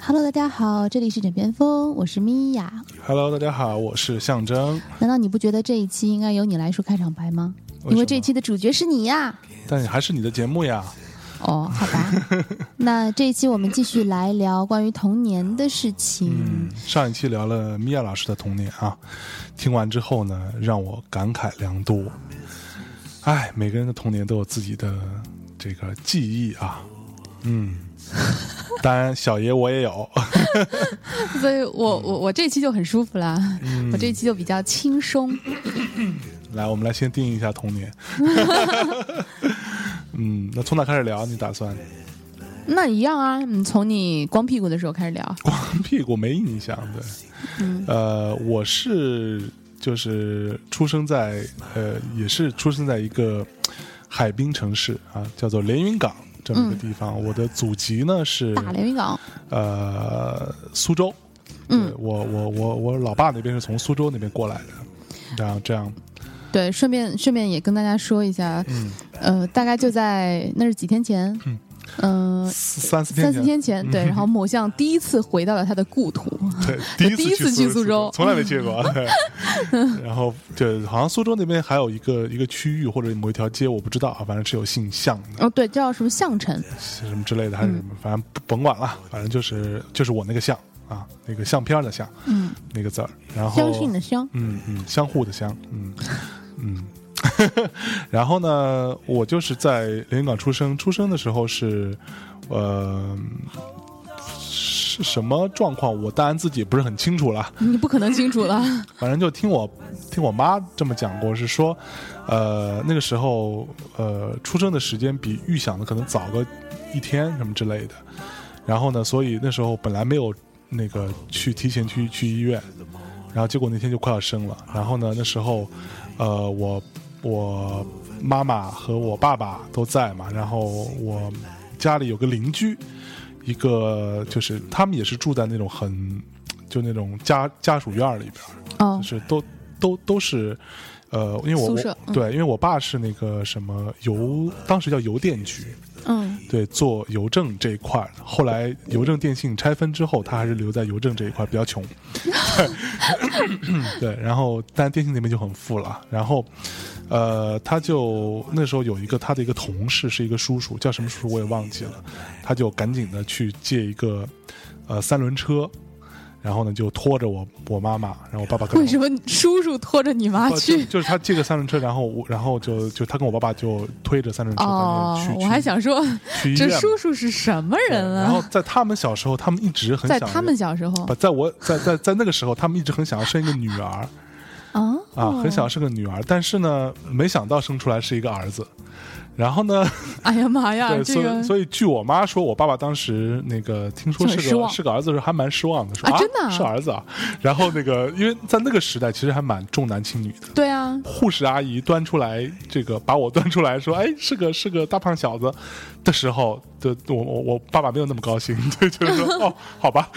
Hello，大家好，这里是枕边风，我是米娅。 Hello，大家好，我是象征。难道你不觉得这一期应该由你来说开场白吗？因为什为么这一期的主角是你呀。但还是你的节目呀，哦，好 吧。那这一期我们继续来聊关于童年的事情。嗯，上一期聊了米娅老师的童年啊，听完之后呢，让我感慨良多。哎，每个人的童年都有自己的这个记忆啊，嗯，当然小爷我也有， 所以我我我这期就很舒服啦，嗯我这期就比较轻松。来，我们来先定义一下童年。 嗯，那从哪开始聊？你打算那一样啊，你从你光屁股的时候开始聊。哦 屁股没印象，对，嗯呃，我是就是出生在呃，也是出生在一个海滨城市啊，叫做连云港这么一个地方。我的祖籍呢是大连云港，呃苏州，嗯对，我我我我老爸那边是从苏州那边过来的，然后这样，对，顺便顺便也跟大家说一下，嗯，呃，大概就在那是几天前，嗯嗯、四三四天三四前，天前， 对，然后某项第一次回到了他的故土，对，第一第一次去去苏州从来没去 过。对然后对，好像苏州那边还有一个一个区域或者某一条街，我不知道啊，反正是有姓项的。哦，对，叫什么相城，是什么之类的，还是嗯什么，反正不甭管了，反正就是就是我那个相啊，那个相片的相嗯，那个字儿，然后相信的相，嗯嗯，相互的相，嗯嗯。 然后呢，我就是在连云港出生，出生的时候是，呃，是什么状况？我当然自己也不是很清楚了，你不可能清楚了，反正就听我听我妈这么讲过，是说，呃，那个时候呃出生的时间比预想的可能早个一天什么之类的，然后呢，所以那时候本来没有那个去提前去去医院，然后结果那天就快要生了，然后呢，那时候呃我我妈妈和我爸爸都在嘛，然后我家里有个邻居，一个就是他们也是住在那种很。就那种家家属院儿里边儿，哦就，是都都都是，呃，因为我宿我舍嗯对，因为我爸是那个什么邮，当时叫邮电局，嗯，对，做邮政这一块儿的。后来邮政电信拆分之后，他还是留在邮政这一块儿，比 较穷。对，然后但电信那边就很富了。然后，呃，他就那时候有一个他的一个同事是一个叔叔，叫什么叔叔我也忘记了，他就赶紧的去借一个呃三轮车。然后呢，就拖着我我妈妈，然后我爸爸跟为我什么叔叔拖着你妈哦就去？就是他借个三轮车，然后我，然后就就他跟我爸爸就推着三轮车在那哦去，，我还想说，去医这院嘛。叔叔是什么对人然后啊？在他们小时候，他们一直很在想他们小时候不在我在在在那个时候，他们一直很想要生一个女儿啊啊，很想要生个女儿，但是呢，没想到生出来是一个儿子。然后呢，哎呀妈呀，对，这所个以所以据我妈说，我爸爸当时那个听说就很是失个望是个儿子的时候，还蛮失望的，说啊真的啊是儿子啊。然后那个，因为在那个时代，其实还蛮重男轻女的。对啊，护士阿姨端出来这个，把我端出来说，哎，是个是个大胖小子的时候，的我我我爸爸没有那么高兴，对，就是说哦，好吧，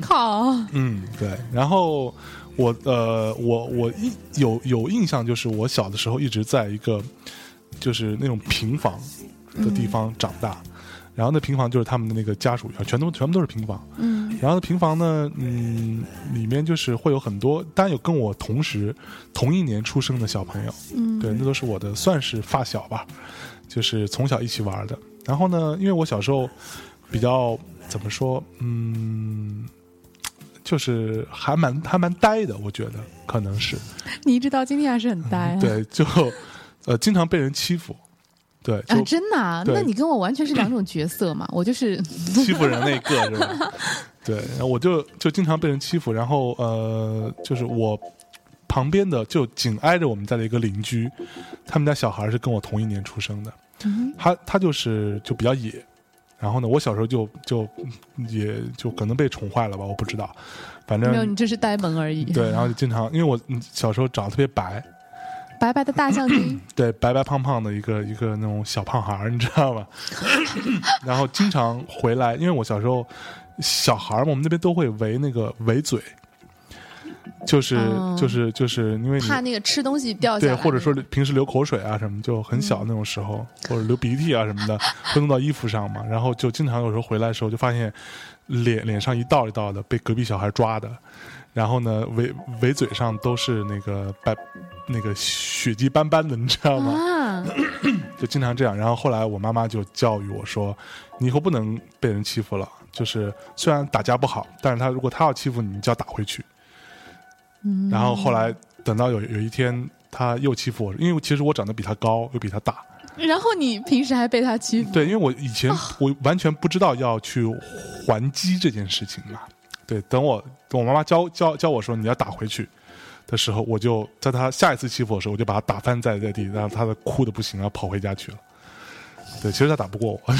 靠，嗯，对。然后我呃，我我一有有印象，就是我小的时候一直在一个就是那种平房的地嗯方长大，然后那平房就是他们的那个家属院，全都全部都是平房。嗯然后平房呢，嗯，里面就是会有很多，当然有跟我同时同一年出生的小朋友，嗯，对，那都是我的算是发小吧，就是从小一起玩的。然后呢，因为我小时候比较怎么说，嗯，就是还蛮还蛮呆的，我觉得可能是你一直到今天还是很呆啊。对，就 呃经常被人欺负，对，啊，就真的、啊？对那你跟我完全是两种角色嘛？我就是欺负人那个 是吧？对，然后我就就经常被人欺负，然后呃，就是我旁边的就紧挨着我们家的一个邻居，他们家小孩是跟我同一年出生的，他他就是就比较野。然后呢，我小时候就就也就可能被宠坏了吧，我不知道，反没有，正你这是呆萌而已。对，然后就经常因为我嗯小时候长得特别白，白白的大象精，对，白白胖胖的一个一个那种小胖孩儿，你知道吧？ 然后经常回来，因为我小时候小孩儿嘛，我们那边都会围那个围嘴，就是、哦就是就是因为你怕那个吃东西掉下对，来，或者说平时流口水啊什么，就很小那种时候，或者流鼻涕啊什么的，会弄到衣服上嘛。然后就经常有时候回来的时候，就发现脸脸上一道一道的被隔壁小孩抓的，然后呢，围围嘴上都是那个白那个血迹斑斑的，你知道吗？啊，就经常这样。然后后来我妈妈就教育我说，你以后不能被人欺负了。就是虽然打架不好，但是他如果他要欺负你，你就要打回去。嗯然后后来等到有有一天他又欺负我，因为其实我长得比他高，又比他大。然后你平时还被他欺负，对，因为我以前我完全不知道要去还击这件事情嘛。对，等我等我妈妈教教教我说你要打回去的时候，我就在他下一次欺负我的时候，我就把他打翻在在地，然后他的哭的不行，然后跑回家去了。对，其实他打不过我。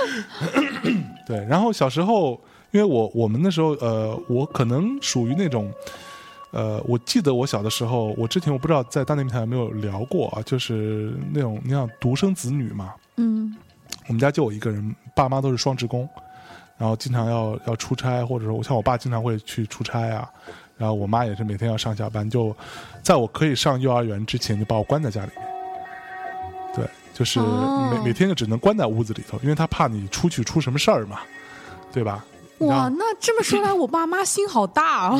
对，然后小时候，因为我我们那时候，呃，我可能属于那种，呃，我记得我小的时候，我之前我不知道在大内密谈有没有聊过啊，就是那种你想独生子女嘛，嗯我们家就我一个人，爸妈都是双职工，然后经常要要出差，或者说我像我爸经常会去出差啊，然后我妈也是每天要上下班，就在我可以上幼儿园之前就把我关在家里面，对，就是每、哦每天就只能关在屋子里头，因为他怕你出去出什么事儿嘛，对吧？哇，然后，那这么说来，我爸妈心好大 啊！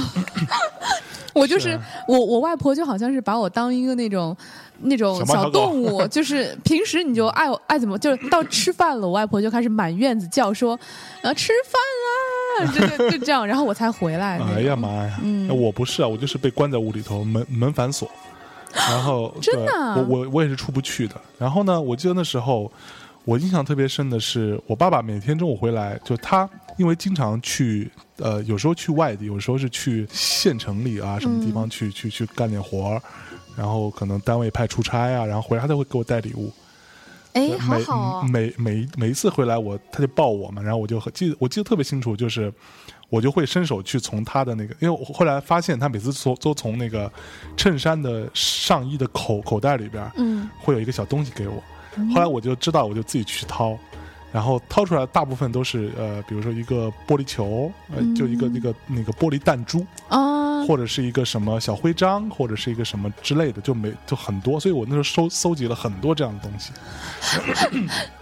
我就是是我，我外婆就好像是把我当一个那种那种小猫小小狗动物，就是平时你就爱爱怎么，就是到吃饭了，我外婆就开始满院子叫说，呃，吃饭啦，就就就这样，然后我才回来。哎呀妈呀，嗯我不是啊，我就是被关在屋里头，门门反锁，然后 真对的啊我我我也是出不去的。然后呢，我记得那时候我印象特别深的是，我爸爸每天中午回来，就他因为经常去，呃，有时候去外地，有时候是去县城里啊什么地嗯方去、去去干点活儿，然后可能单位派出差啊，然后回来他都会给我带礼物。哎，对好好哦，呃每每每一每一次回来我，他就抱我嘛，然后我就很记得我记得特别清楚，就是我就会伸手去从他的那个，因为我后来发现他每次从都从那个衬衫的上衣的口口袋里边儿嗯，会有一个小东西给我，后来我就知道，我就自己去掏。然后掏出来，大部分都是呃，比如说一个玻璃球，呃，就一个嗯那个那个玻璃弹珠，啊，或者是一个什么小徽章，或者是一个什么之类的，就没就很多，所以我那时候收搜集了很多这样的东 西。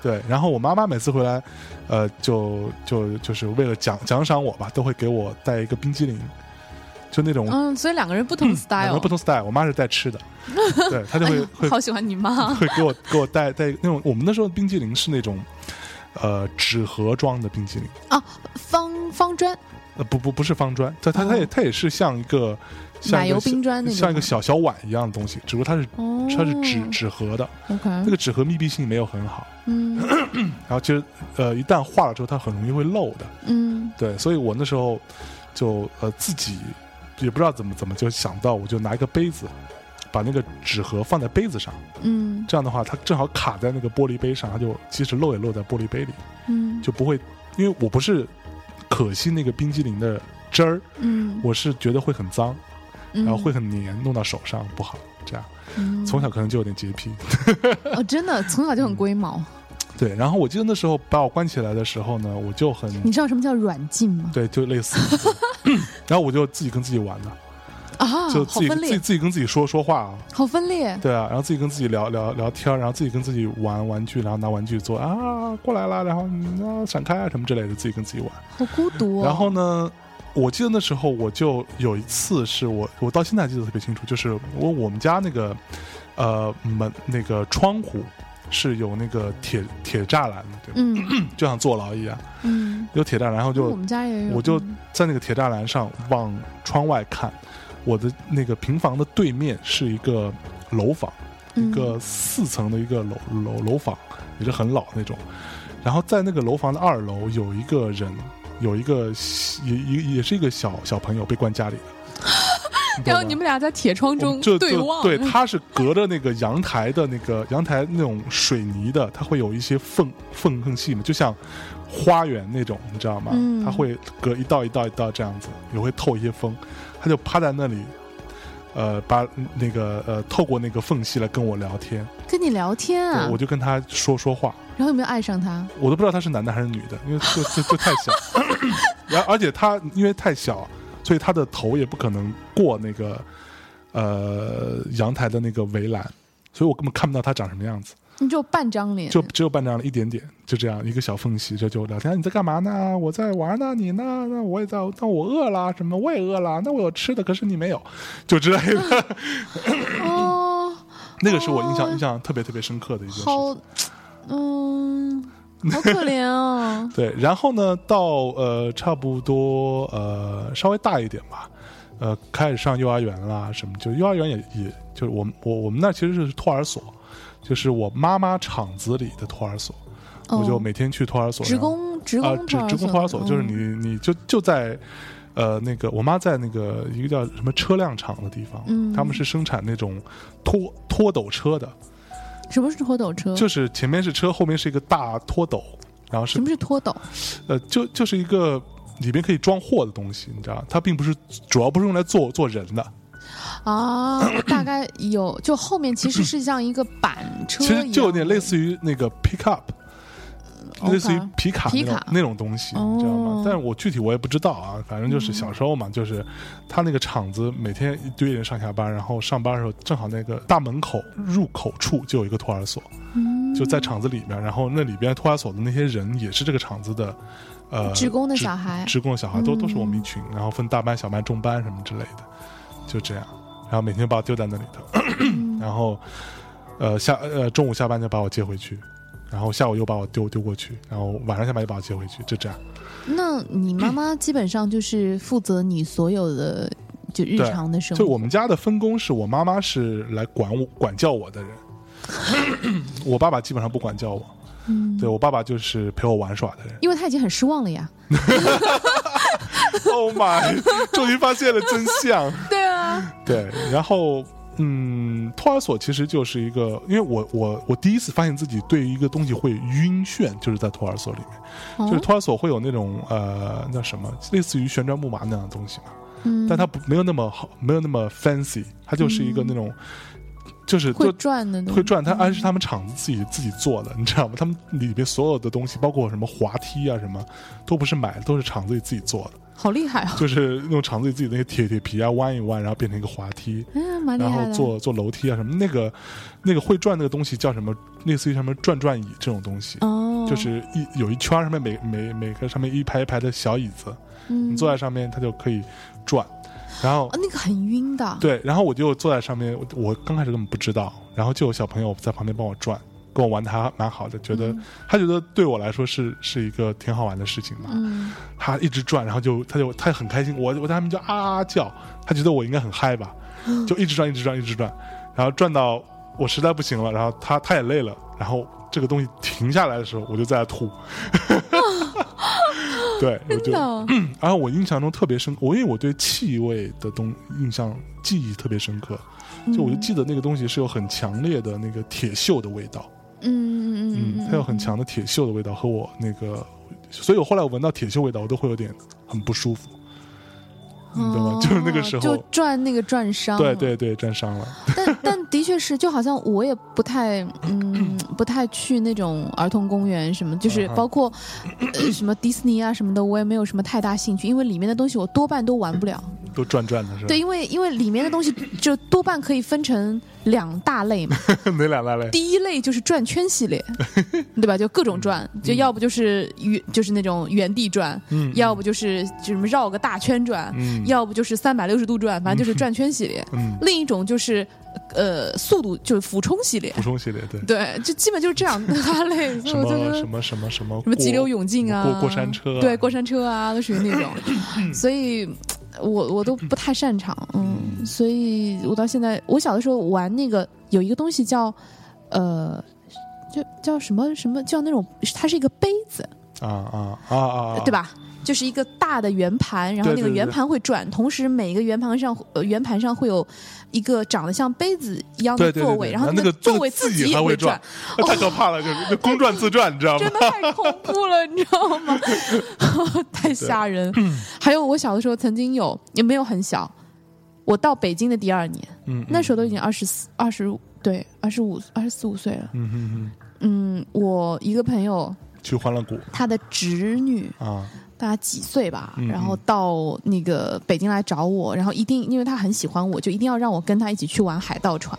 对，然后我妈妈每次回来，呃，就就就是为了奖奖赏我吧，都会给我带一个冰激凌，就那种哦嗯，所以两个人不同两 style，个不同 style，我妈是带吃 的，对，她就哎会会好喜欢你妈。会给我给我带带那种我们那时候冰激凌是那种呃纸盒装的冰激凌。方方砖呃，不不不是方砖，它它它也它也是像一个哦像奶一个油小冰砖那种像一个吗小小碗一样的东西，只不过它是哦，它是纸纸盒的， OK，那个纸盒密闭性没有很好，嗯然后其实呃一旦化了之后，它很容易会漏的，嗯，对，所以我那时候就呃自己也不知道怎么怎么就想到，我就拿一个杯子。把那个纸盒放在杯子上，嗯这样的话，它正好卡在那个玻璃杯上，它就即使漏也漏在玻璃杯里，嗯就不会。因为我不是可惜那个冰激凌的汁儿，嗯，我是觉得会很脏，然嗯然后会很黏，弄到手上不好。这样从小可能就有点洁癖。哦，真的从小就很龟毛。对，然后我记得那时候把我关起来的时候呢，我就很你知道什么叫软禁吗？对，就类似。 嗯然后我就自己跟自己玩呢，啊，就好自己、分自己裂，自己跟自己说说话啊，好分裂。对啊，然后自己跟自己聊聊聊天儿，然后自己跟自己玩玩具，然后拿玩具做啊过来啦，然后嗯啊闪开啊什么之类的，自己跟自己玩。好孤独哦。然后呢，我记得那时候我就有一次是我，我到现在记得特别清楚，就是我我们家那个呃门那个窗户是有那个铁铁栅栏的，对吧？嗯就像坐牢一样，嗯，有铁栅栏，然后我就们家也有，我就嗯在那个铁栅栏上往窗外看，我的那个平房的对面是一个楼房。一嗯个四层的一个楼楼楼房，也是很老那种。然后在那个楼房的二楼有一个人，有一个也也也是一个小小朋友被关家里的。你懂然吗后你们俩在铁窗我中们就对就望，对，它是隔着那个阳台的那个阳台那种水泥的，它会有一些缝缝缝隙嘛，就像花园那种，你知道吗？嗯它会隔一道一道一道这样子，也会透一些风，它就趴在那里。呃，把那个呃，透过那个缝隙来跟我聊天，跟你聊天啊嗯对，我，就跟他说说话，然后有没有爱上他？我都不知道他是男的还是女的，因为就就就太小，然后而且他因为太小，所以他的头也不可能过那个呃阳台的那个围栏，所以我根本看不到他长什么样子，你就半张脸，就只有半张了一点点，就这样一个小缝隙，这就聊天。你在干嘛呢？我在玩呢，你呢？那我也在，那我饿啦，什么我也饿啦，那我有吃的，可是你没有，就之类的。 哦，那个是我印象印象特别特别深刻的一件事情。。好，嗯，好可怜啊对，然后呢，到呃差不多呃稍微大一点吧，呃开始上幼儿园啦，什么就幼儿园也也就是我们我我们那其实是托儿所，就是我妈妈厂子里的托儿所， 我就哦每天去托儿所职然后工职啊，工职职工托儿所就是嗯你你就就在。呃，那个我妈在那个一个叫什么车辆厂的地方，嗯他们是生产那种拖拖斗车的，什么是拖斗车？就是前面是车，后面是一个大拖斗，然后是什么是拖斗？呃，就就是一个里边可以装货的东西，你知道，它并不是主要不是用来做做人的，啊，我大概有，就后面其实是像一个板车其一样，实就有点类似于那个 pickup，、类似于皮卡那皮种卡那种东西，你知道吗哦？嗯但是我具体我也不知道啊，反正就是小时候嘛，就是他那个厂子每天一堆人上下班，然后上班的时候正好那个大门口入口处就有一个托儿所，嗯就在厂子里面，然后那里边托儿所的那些人也是这个厂子的。呃，职工的小孩。职工的小孩都都是我们一群，然后分大班、小班、中班什么之类的，就这样。然后每天把我丢在那里头， 然后呃下呃中午下班就把我接回去，然后下午又把我丢丢过去，然后晚上下班又把我接回去，就这样。那你妈妈基本上就是负责你所有的就日对常的生就活，我们家的分工是我妈妈是来管我管教我的人， 我爸爸基本上不管教我，对我爸爸就是陪我玩耍的人。因为他已经很失望了呀。 Oh my！终于发现了真相。 对啊，对，然后嗯，托儿所其实就是一个，因为我我我第一次发现自己对于一个东西会晕眩，就是在托儿所里面，哦就是托儿所会有那种呃那什么，类似于旋转木马那样的东西嘛，嗯，但它不没有那么好，没有那么 fancy，它就是一个那种、就是会嗯就。转的东西会转，它而是他们厂子自己自己做的，你知道吗？他们里边所有的东西，包括什么滑梯啊什么，都不是买的，都是厂子里自己做的，好厉害啊！就是用厂子里自己的那些铁铁皮啊弯一弯，然后变成一个滑梯，嗯，蛮厉然害后的。坐坐楼梯啊什么，那个那个会转那个东西叫什么？类似于什么转转椅这种东西，哦，就是一有一圈儿上面每每每个上面一排一排的小椅子，你你坐在上面它就可以转，然后嗯哦，。那个很晕的。对，然后我就坐在上面，我我刚开始根本不知道，然后就有小朋友在旁边帮我转，跟我玩的还蛮好的，觉得、嗯他觉得对我来说是是一个挺好玩的事情嘛。嗯，他一直转，然后就他就他很开心，我我在他们就啊啊叫，他觉得我应该很嗨吧，嗯就一直转一直转一直转，然后转到我实在不行了，然后他他也累了，然后这个东西停下来的时候，我就在那吐， 对，我真就的，哦然后我印象中特别深，我因为我对气味的东印象记忆特别深刻，就我就记得那个东西是有很强烈的那个铁锈的味道。嗯嗯嗯嗯，嗯，它有很强的铁锈的味道和我那个，所以我后来我闻到铁锈味道，我都会有点很不舒服，你嗯，懂吗？就是那个时哦候就，转那个转伤。对。对对，沾伤了， 但但的确是，就好像我也不太，嗯，不太去那种儿童公园什么，就是嗯哼包括、呃、什么迪士尼啊什么的，我也没有什么太大兴趣，因为里面的东西我多半都玩不了。都转转的是吧？ 对，因为因为里面的东西就多半可以分成两大类嘛，哪两大类？第一类就是转圈系 列，对吧？就各种转，就要不就是原就是那种原地转，嗯，要不就是就什么绕个大圈转，嗯要不就是三百六十度转，反正就是转圈系列。嗯另一种就是呃速度就是俯冲系列补，充系列对，对，就基本就是这 两大类。所以什嗯我就觉么得什么什么什么什么急流过勇进啊，过过山车啊嗯对，过山车啊，都属于那种，所以。我我都不太擅长，嗯，所以我到现在，我小的时候玩那个有一个东西叫，呃，就叫什么什么叫那种，它是一个杯子，啊啊啊啊，啊对？吧？就是一个大的圆盘，然后对那个对对圆盘会转，同时每一个圆盘上呃圆盘上会有一个长得像杯子一样的对对对座位，对然后那个座位自己己也还会会转，太可怕了，就是就公转自转，你知道吗真？的太恐怖了，你知道吗？ 太吓人。嗯还有我小的时候曾经有，也没有很小，我到北京的第二年，嗯，那时候都已经二十四、二十对二十五、二十四五岁了。嗯嗯嗯嗯，我一个朋友去欢乐谷他的侄女啊， 大概几岁吧，嗯然后到那个北京来找我，然后一定因为他很喜欢我，就一定要让我跟他一起去玩海盗 船。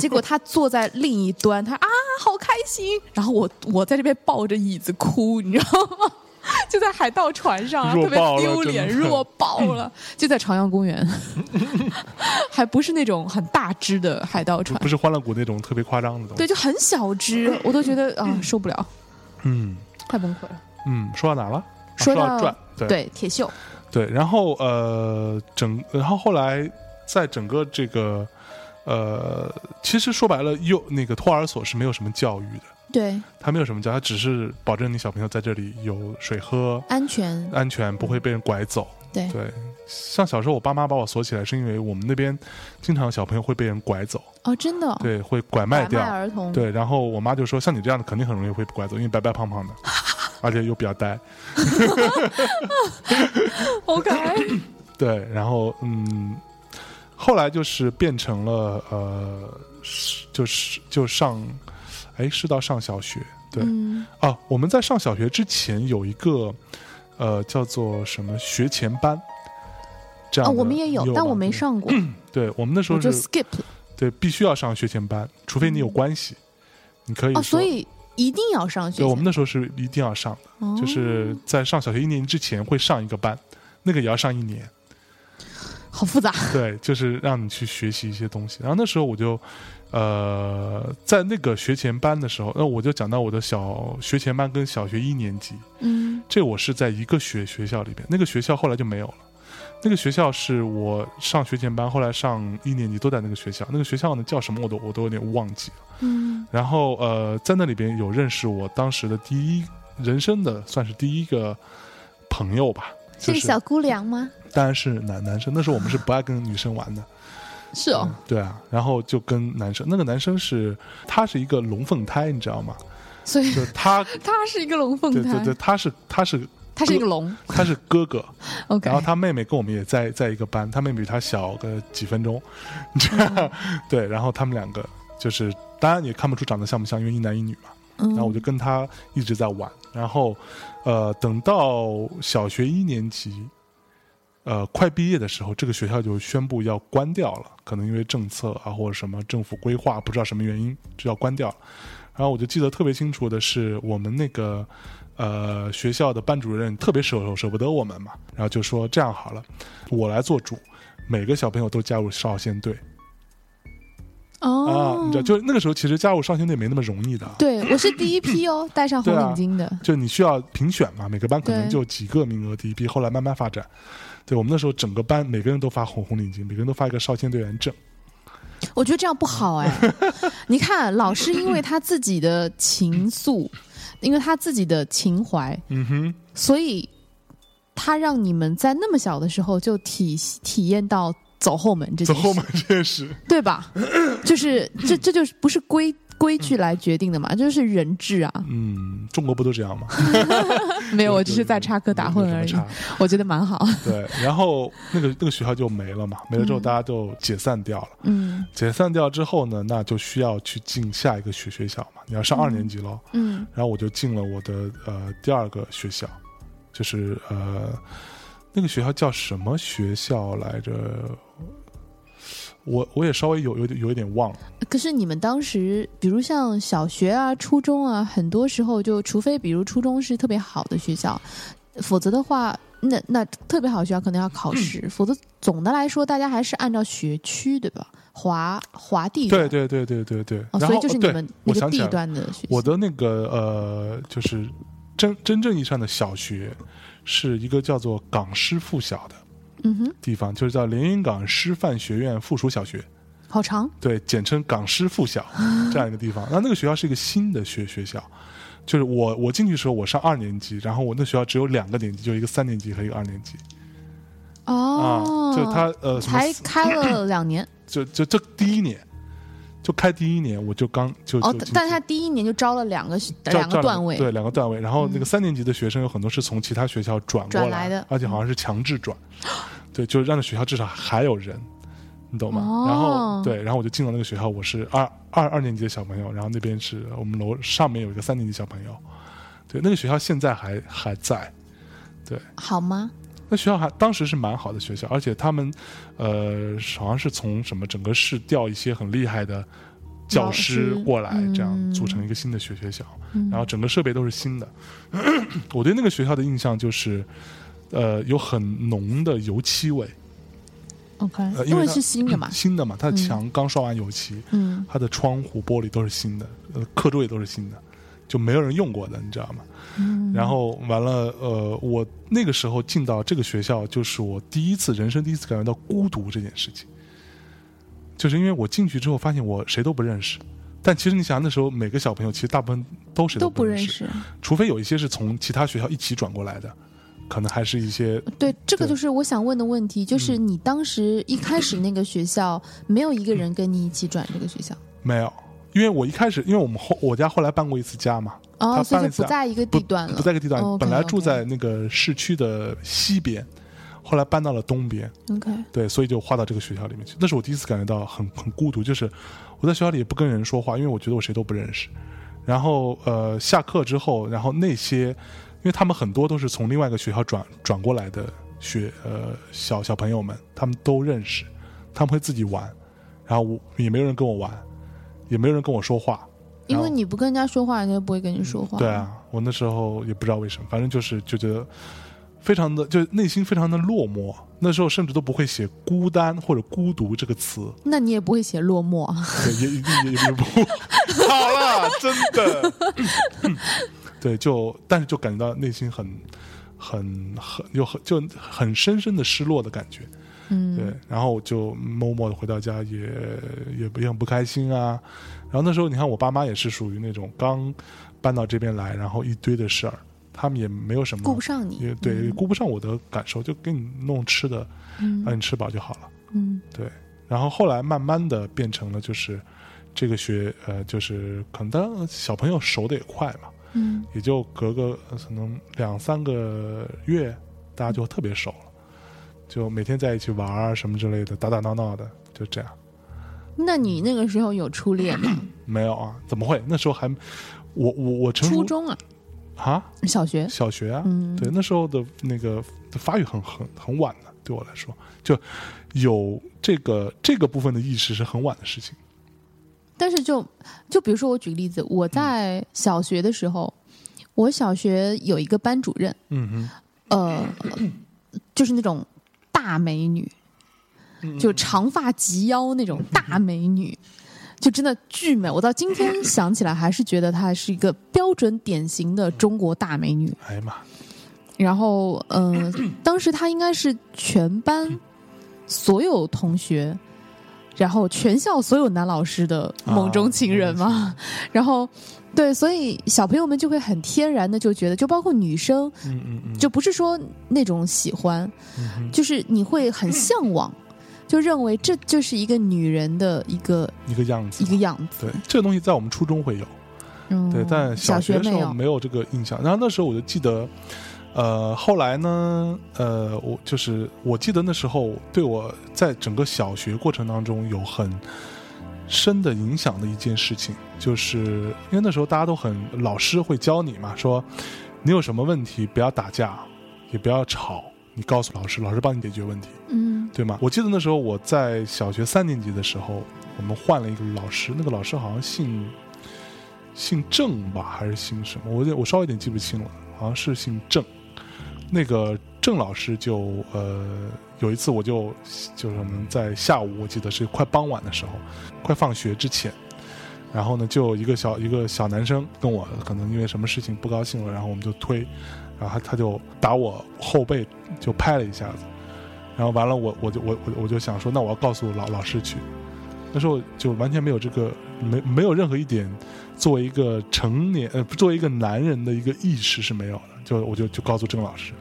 结果他坐在另一端，他啊好开心，然后我我在这边抱着椅子哭，你知道吗？ 就在海盗船上啊，弱特爆别了丢脸，真的弱爆 了。就在朝阳公园，还不是那种很大只的海盗船不，是欢乐谷那种特别夸张的东西。对，就很小只，我都觉得啊受不了，嗯快崩溃了。嗯，说到哪了？啊说到到转，对对，铁锈，对，然后呃，整然后后来在整个这个呃，其实说白了，幼那个托儿所是没有什么教育的，对，它没有什么教，它只是保证你小朋友在这里有水喝，安全，安全，不会被人拐走。对对，像小时候我爸妈把我锁起来，是因为我们那边经常小朋友会被人拐走，哦，真的哦，对，会拐拐卖掉。儿童，对，然后我妈就说，像你这样的肯定很容易会被拐走，因为白白 胖胖的，而且又比较呆。 ，OK，对，然后嗯，后来就是变成了呃，是就是就上，哎，是到上小学对嗯，啊。我们在上小学之前有一个呃叫做什么学前班，这啊、样的、我们也有，但吧我没对。嗯上过，对我们那时我候就是 skip 了。对必须要上学前班，除非你有关系，你可以哦，说。所以一定要上学。对我们那时候是一定要上的，哦就是在上小学一年级之前会上一个班，那个也要上一年。好复杂。对，就是让你去学习一些东西。然后那时候我就，呃，在那个学前班的时候，那我就讲到我的小学前班跟小学一年级，嗯这我是在一个学学校里边，那个学校后来就没有了。那个学校是我上学前班，后来上一年级都在那个学校。那个学校呢叫什么我都我都有点忘记了。嗯然后呃，在那里边有认识我当时的第一人生的算是第一个朋友吧，是就个是小姑娘吗？当然是男男生。那时候我们是不爱跟女生玩的，是哦，对啊，然后就跟男生，那个男生是他是一个龙凤胎，你知道吗？所以就他，他是一个龙凤嗯对胎，对对，他是他是他是一个龙。他是哥 哥， OK，然后他妹妹跟我们也在在一个班，他妹妹比他小个几分钟，嗯 对，然后他们两个就是当然也看不出长得像不像，因为一男一女嘛。嗯然后我就跟他一直在玩，然后呃，等到小学一年级。呃，快毕业的时候，这个学校就宣布要关掉了，可能因为政策啊，或者什么政府规划，不知道什么原因就要关掉了。然后我就记得特别清楚的是，我们那个呃学校的班主任特别舍舍不得我们嘛，然后就说这样好了，我来做主，每个小朋友都加入少先队、哦啊，，你知道，就是那个时候其实加入少先队没那么容易的啊，对我是第一批 哦，戴上红对啊领巾的。就你需要评选嘛，每个班可能对就几个名额，第一批，后来慢慢发展。对我们那时候整个班每个人都发红红领巾，每个人都发一个少先队员证。我觉得这样不好 哎。你看，老师因为他自己的情愫，因为他自己的情怀，嗯哼，所以他让你们在那么小的时候就体体验到走后门这走件事，后门这件 事，对吧？就是这这就是不是规规矩来决定的嘛，就是人质啊。嗯，中国不都这样吗？没有，嗯有我只是在插科打诨而已有什么，差我觉得蛮好。对，然后那个那个学校就没了嘛，没了之后嗯大家就解散掉了。嗯解散掉之后呢，那就需要去进下一个学学校嘛，你要上二年级喽。嗯然后我就进了我的呃第二个学校，就是呃那个学校叫什么学校来着？我我也稍微有有点有一点忘了，可是你们当时，比如像小学啊、初中啊，很多时候就，除非比如初中是特别好的学校，否则的话，那那特别好的学校可能要考试，嗯否则总的来说，大家还是按照学区对吧？划划地段对，对对对对对。哦，然所以后就是哦你对们那我个想起地来了段的学校。我的那个呃，就是真真正意义上的小学，是一个叫做港师附小的嗯哼，地方，就是叫连云港师范学院附属小学。好长，对，简称港师附小啊这样一个地方。那那个学校是一个新的学学校，就是我我进去的时候我上二年级，然后我那学校只有两个年级，就一个三年级和一个二年级、哦，啊，就他呃什么才开了两 年就就就第一年，就开第一年我就刚就哦就进，去但是他第一年就招了两个叫两个叫段位，对两个段位，然后嗯那个三年级的学生有很多是从其他学校转过转来的嗯而且好像是强制转， 对，就让这学校至少还有人，你懂吗？哦然后对，然后我就进了那个学校，我是二二二年级的小朋友，然后那边是我们楼上面有一个三年级小朋友，对，那个学校现在还还在，好吗？那学校还当时是蛮好的学校，而且他们，呃，好像是从什么整个市调一些很厉害的教师老师过来，这样嗯组成一个新的学学校，嗯然后整个设备都是新的。 我对那个学校的印象就是，呃，有很浓的油漆味， OK，呃因因为为它是新的嘛，新的嘛，它嗯的墙刚刷完油漆，嗯，它的窗户玻璃都是新的，呃，课桌也都是新的，就没有人用过的，你知道吗？嗯然后完了，呃，我那个时候进到这个学校，就是我第一次人生第一次感觉到孤独这件事情，就是因为我进去之后发现我谁都不认识。但其实你想，那时候每个小朋友其实大部分都谁都不不认认识，识。除非有一些是从其他学校一起转过来的，可能还是一些对，这个对嗯就是我想问的问题，就是你当时一开始那个学校没有一个人跟你一起转这个学校，没有。因为我一开始，因为我们后我家后来搬过一次家嘛，他哦，所以搬了就一次啊不在一个不地段了，哦不在一个地段， OK，本来住在那个市区的西边，后来搬到了东边， OK，对，所以就划到这个学校里面去。那是我第一次感觉到很很孤独，就是我在学校里也不跟人说话，因为我觉得我谁都不认识。然后呃，下课之后，然后那些，因为他们很多都是从另外一个学校转转过来的学呃小小朋友们，他们都认识，他们会自己玩，然后我也没有人跟我玩，也没有人跟我说话。因然后为你不跟人家说话，人家就不会跟你说话。对，啊，我那时候也不知道为什么，反正就是就觉得非常的，就内心非常的落寞。那时候甚至都不会写“孤单”或者“孤独”这个词，那你也不会写落寞啊。对，也也也 也不好了，真的。 对，就但是就感觉到内心很很很有很就很深深的失落的感觉。嗯，对，然后我就默默的回到家也，也不也很不开心啊。然后那时候你看，我爸妈也是属于那种刚搬到这边来，然后一堆的事儿，他们也没有什么，顾不上你嗯也。对，也顾不上我的感受，就给你弄吃的，嗯让你吃饱就好了。嗯然后后来慢慢的变成了就是这个学呃，就是可能当小朋友熟的也快嘛，嗯也就隔个呃可能两三个月，大家就特别熟了，就每天在一起玩儿什么之类的，打打闹闹的，就这样。那你那个时候有初恋 吗？没有啊？怎么会？那时候还我我我成初熟中啊，啊，小学。小学啊，嗯，对，那时候的那个发育很很很晚的，对我来说，就有这个这个部分的意识是很晚的事情。但是就就比如说我举个例子，我嗯在小学的时候，我小学有一个班主任，嗯呃，就是那种大美女，哼，就长发及腰那种大美女，就真的巨美。我到今天想起来，还是觉得她是一个标准典型的中国大美女。哎呀妈，然后，呃，当时她应该是全班所有同学，然后全校所有男老师的梦中情人嘛。啊然后，对，所以小朋友们就会很天然的就觉得，就包括女生，嗯嗯嗯，就不是说那种喜欢，嗯哼就是你会很向往，就认为这就是一个女人的一个一个样子一。个样子。对，这个东西在我们初中会有。嗯，对，但小学的时没候有。没有这个印象。然后那时候我就记得，呃，后来呢，呃，我就是我记得那时候对我在整个小学过程当中有很深的影响的一件事情，就是因为那时候大家都很，老师会教你嘛，说你有什么问题不要打架，也不要吵，你告诉老师，老师帮你解决问题，嗯对吗？我记得那时候我在小学三年级的时候，我们换了一个老师，那个老师好像姓姓郑吧，还是姓什么？我有点我稍微有点记不清了，好像是姓郑。那个郑老师就呃有一次我就就是可能在下午，我记得是快傍晚的时候，快放学之前。然后呢，就有一个小一个小男生跟我可能因为什么事情不高兴了，然后我们就推，然后他他就打我后背就拍了一下子，然后完了我我就我我我就想说，那我要告诉老老师去。那时候就完全没有这个没没有任何一点作为一个成年呃作为一个男人的一个意识是没有的，就我就就告诉郑老师，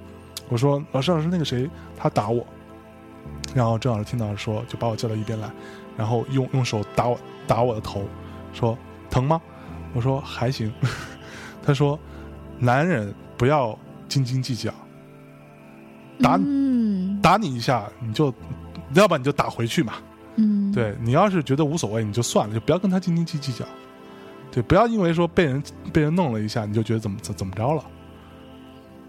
我说老师老师那个谁他打我，然后郑老师听到说就把我叫到一边来，然后用用手打我打我的头，说疼吗？我说还行， 他说男人不要斤斤计较，打嗯打你一下你就，要不然你就打回去嘛。嗯，对你要是觉得无所谓，你就算了，就不要跟他斤斤计计较。对，不要因为说被人被人弄了一下，你就觉得怎么怎怎么着了。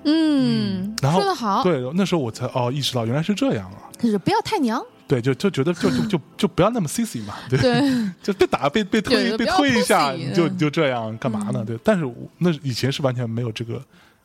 嗯，然后说的好，对，那时候我才哦意识到原来是这样啊。可是不要太娘，对，就就觉得就就就就不要那么 sissy 嘛，对，对， 就被打被被对推就被不要推一下， pussy，你就嗯你就这样干嘛呢？对，但是我那以前是完全没有这个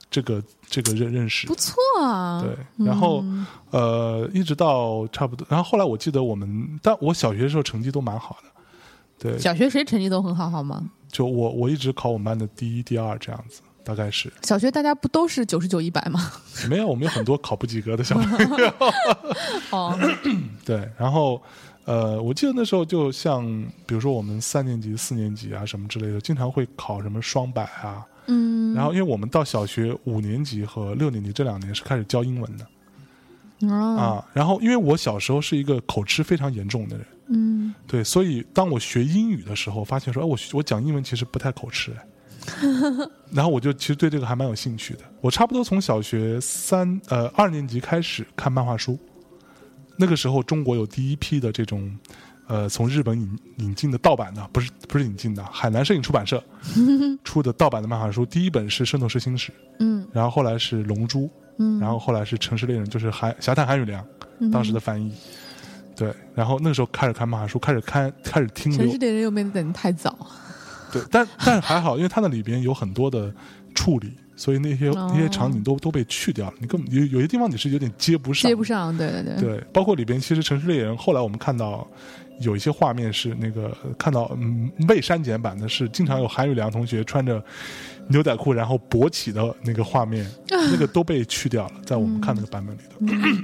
这个这个认认识不的，错啊，对，然后。嗯呃，一直到差不多，然后后来我记得我们，但我小学的时候成绩都蛮好的，对，小学谁成绩都很好，好吗？就我我一直考我们班的第一、第二这样子，大概是小学大家不都是九十九一百吗？ 没有，我们有很多考不及格的小朋友，哦，嗯对，然后呃，我记得那时候就像比如说我们三年级、四年级啊什么之类的，经常会考什么双百啊，嗯，然后因为我们到小学五年级和六年级这两年是开始教英文的、啊，啊，然后因为我小时候是一个口吃非常严重的人。嗯，对，所以当我学英语的时候，发现说，哎，我我讲英文其实不太口吃，哎 然后我就其实对这个还蛮有兴趣的。我差不多从小学三呃二年级开始看漫画书，那个时候中国有第一批的这种。呃，从日本引引进的盗版的，不是不是引进的，海南摄影出 版社出的盗版的漫画书，第一本是《圣斗士星矢》，嗯，然后后来是《龙珠》，嗯，然后后来是《城市猎人》，就是韩侠探韩雨良当时的翻译。对，然后那个时候开始看漫画书，开始看，开始听城市流，猎人又没等太早，对，但 但还好，因为它那里边有很多的处理，所以那些、哦那些场景都都被去掉了，你根本有有些地方你是有点接不上，接不上，对对对，对，包括里边其实《城市猎人》后来我们看到有一些画面是那个看到嗯未删减版的是经常有韩宇良同学穿着牛仔裤然后勃起的那个 画面，那个都被去掉了，在我们看那个版本里头。嗯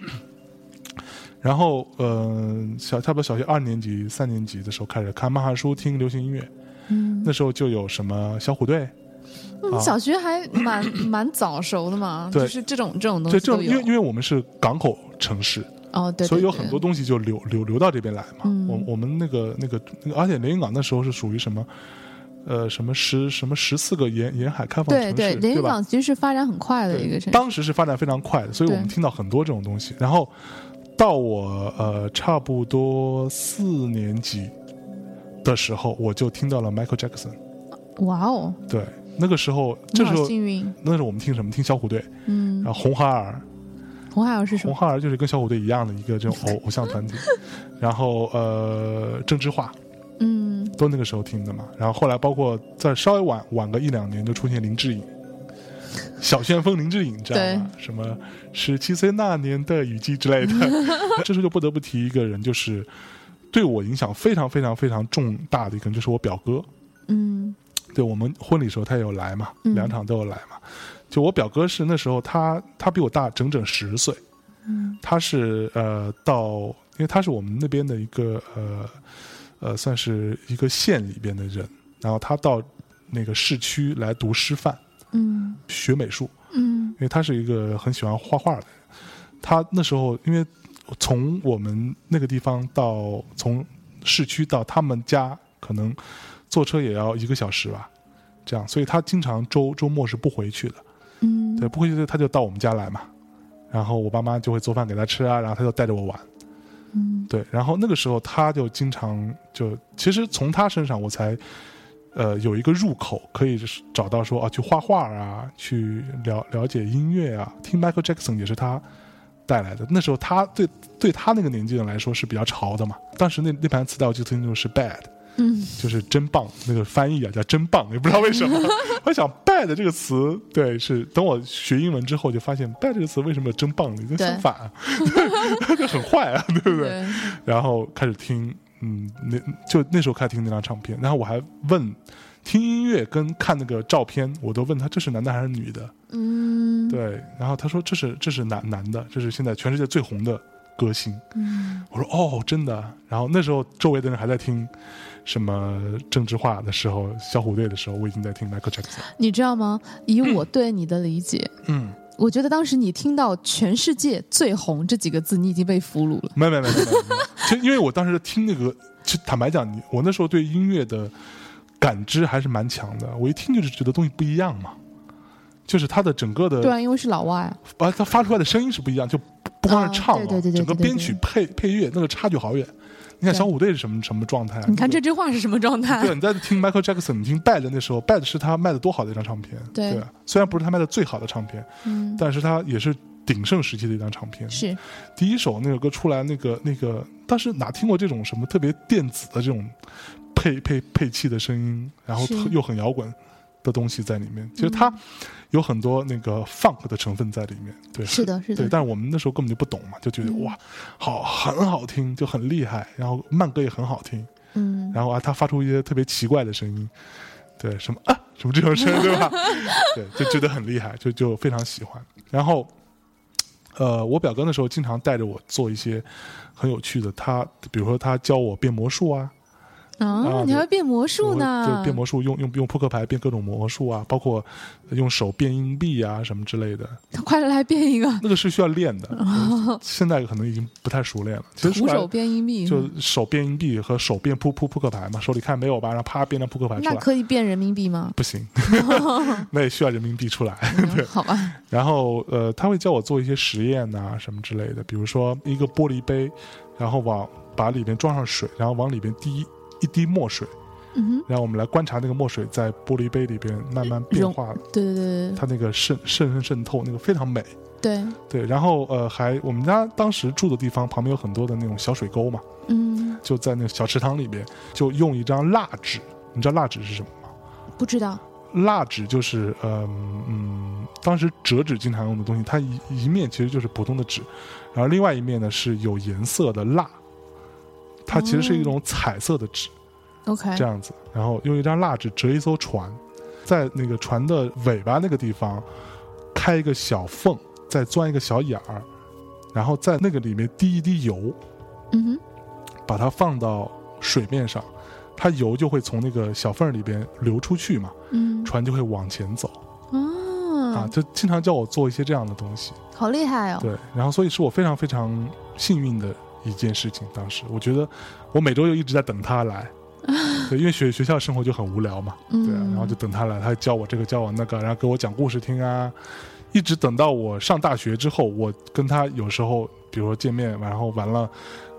然后，呃，小差不多小学二年级、三年级的时候开始看漫画书、听流行音乐，嗯，那时候就有什么小虎队，我们嗯小学还蛮 蛮早熟的嘛，啊对就是这种这种东对，西这都种因为因有，为我们是港口城市，哦，对，对所以有对很多东西就流流流到这边来嘛。嗯我我们那个那个那个，而且连云港那时候是属于什么？呃，什么十什么十四个沿沿海开放城对市，对，连云吧？港其实是发展很快的对一个城市，当时是发展非常快的，所以我们对听到很多这种东西。然后到我呃差不多四年级的时候，我就听到了 Michael Jackson。哇哦，对，那个时候，你这时好候幸运，那时候我们听什么？听小虎队，嗯然，后红孩儿，红海尔是什红么？孩儿就是跟小虎队一样的一个这种偶偶像 团体，然后呃郑智化嗯，都那个时候听的嘛，然后后来包括再稍微晚晚个一两年就出现林志颖，小旋风林志颖，你知道吗？什么十七岁那年的雨季之 类的，这时候就不得不提一个人，就是对我影响非常非常非常重大的一个人，就是我表哥。嗯对我们婚礼时候他也有来嘛，嗯两场都有来嘛。就我表哥是那时候他他比我大整整十岁，嗯他是呃到，因为他是我们那边的一个呃呃算是一个县里边的人，然后他到那个市区来读师范，嗯学美术，嗯因为他是一个很喜欢画画的人。他那时候因为从我们那个地方到从市区到他们家，可能坐车也要一个小时吧，这样，所以他经常周周末是不回去的。嗯，对，不回去他就到我们家来嘛，然后我爸妈就会做饭给他吃啊，然后他就带着我玩。嗯对，然后那个时候他就经常就，其实从他身上我才，呃，有一个入口可以是找到说啊，去画画啊，去了了解音乐啊，听 Michael Jackson 也是他带来的。那时候他对对他那个年纪人来说是比较潮的嘛，当时那那盘磁带我记得清楚是 Bad。嗯，就是真棒，那个翻译啊叫真棒，也不知道为 什么。我想 “bad” 这个词，对，是等我学英文之后就发现 “bad” 这个词为什么有真棒呢？就对相反、啊，就 很坏啊，对不对？对，然后开始听，嗯，那就那时候开始听那张唱片，然后我还问，听音乐跟看那个照片，我都问他这是男的还是女的，嗯，对，然后他说这是这是男男的，这是现在全世界最红的歌星。嗯我说哦，真的啊。然后那时候周围的人还在听什么政治化的时候，小虎队的时候，我已经在听 Michael Jackson。你知道吗？以我对你的理解，嗯，我觉得当时你听到“全世界最红”这几个字，你已经被俘虏了。没没没没没没，其实因为我当时听那个，其实坦白讲，你我那时候对音乐的感知还是蛮强的。我一听就是觉得东西不一样嘛，就是它的整个的对啊，因为是老外啊。啊，它发出来的声音是不一样，就不不光是唱、哦啊对对对对整个对对编曲配配乐那个差距好远。你看小虎队是什么什么状态？啊你看这句话是什么状态对，？你在听 Michael Jackson，你听 Bad 那时候，Bad 是他卖的多好的一张唱片，对对，虽然不是他卖的最好的唱片，嗯，但是他也是鼎盛时期的一张唱片。是第一首那首歌出来，那个那个，但是哪听过这种什么特别电子的这种配配配器的声音，然后是特又很摇滚的东西在里面。其实嗯它有很多那个 funk 的成分在里面，对，是的，是对，的，但是我们那时候根本就不懂嘛，就觉得、嗯哇，好，很好听，就很厉害，然后慢歌也很好听，嗯，然后啊，他发出一些特别奇怪的声音，对，什么啊，什么这 种声音，对吧？对，就觉得很厉害，就就非常喜欢。然后，呃，我表哥那时候经常带着我做一些很有趣的，他比如说他教我变魔术啊，啊，你还会变魔术呢？对，变魔术用用用扑克牌变各种魔术啊，包括用手变硬币啊什么之类的， 快来变一个那个是需要练的， 现在可能已经不太熟练了。其实哦徒出来手变硬币，就手变硬币和手变扑扑扑克牌嘛，手里看没有吧，然后啪变成扑克牌出那来，可以变人民币吗？不行，那也需要人民币出来。嗯 好吧，然后呃，他会教我做一些实验呐、什么之类的，比如说一个玻璃杯，然后往把里面装上水，然后往里边滴一一滴墨水，嗯哼，然后我们来观察那个墨水在玻璃杯里边慢慢变融化，对对对它那个渗渗渗渗透那个非常美。对对，对，然后呃，还我们家当时住的地方旁边有很多的那种小水沟嘛，嗯，就在那个小池塘里边，就用一张蜡纸，你知道蜡纸是什么吗？不知道，蜡纸就是呃嗯嗯，当时折纸经常用的东西，它一一面其实就是普通的纸，然后另外一面呢是有颜色的蜡，它其实是一种彩色的纸， OK，这样子，然后用一张蜡纸折一艘船，在那个船的尾巴那个地方开一个小缝，再钻一个小眼儿，然后在那个里面滴一滴油，嗯把它放到水面上，它油就会从那个小缝儿里边流出去嘛，哼，嗯，船就会往前走、啊。啊，就经常叫我做一些这样的东西，好厉害哦！对，然后所以是我非常非常幸运的一件事情。当时我觉得我每周就一直在等他来。对，因为学学校生活就很无聊嘛，嗯对、啊，然后就等他来，他教我这个，教我那个，然后给我讲故事听啊，一直等到我上大学之后，我跟他有时候，比如说见面，然后完了，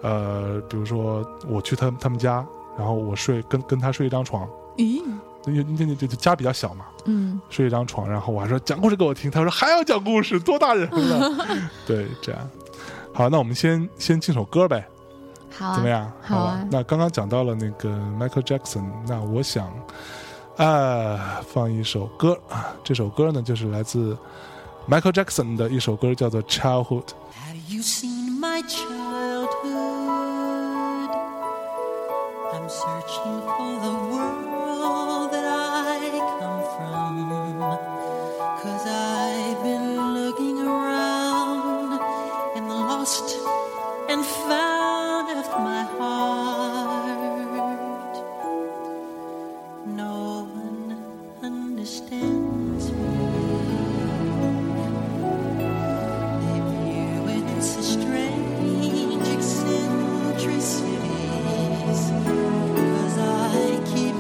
呃，比如说我去他他们家，然后我睡跟跟他睡一张床，咦，因为那那那家比较小嘛，嗯，睡一张床，然后我还说讲故事给我听，他说还要讲故事，多大人了，对，这样，好，那我们先先进首歌呗，好啊，怎么样？好啊吧那刚刚讲到了那个 Michael Jackson，那我想啊、放一首歌啊，这首歌呢就是来自 Michael Jackson 的一首歌，叫做《Childhood》。 Have you seen my childhood? I'm searching for the world that I come from. Cause I've been looking around in the lost and found of my heart. No one understands me. They view its strange eccentricities. 'Cause I keep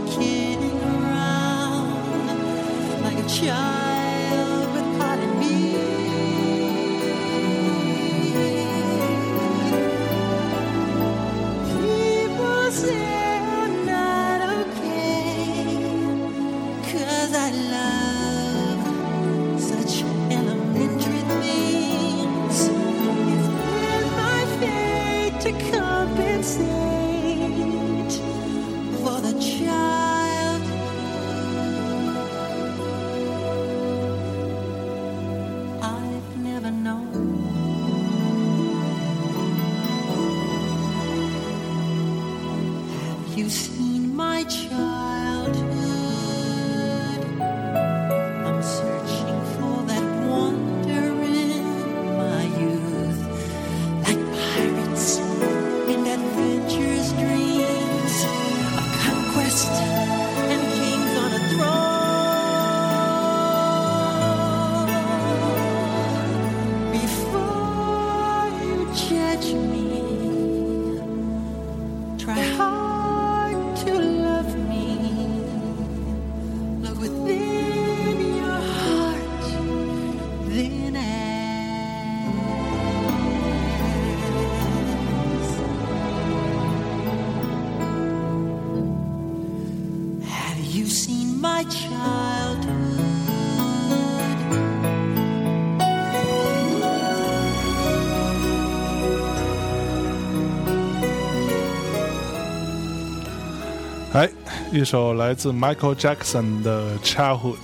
哎，一首来自 Michael Jackson 的《Childhood》。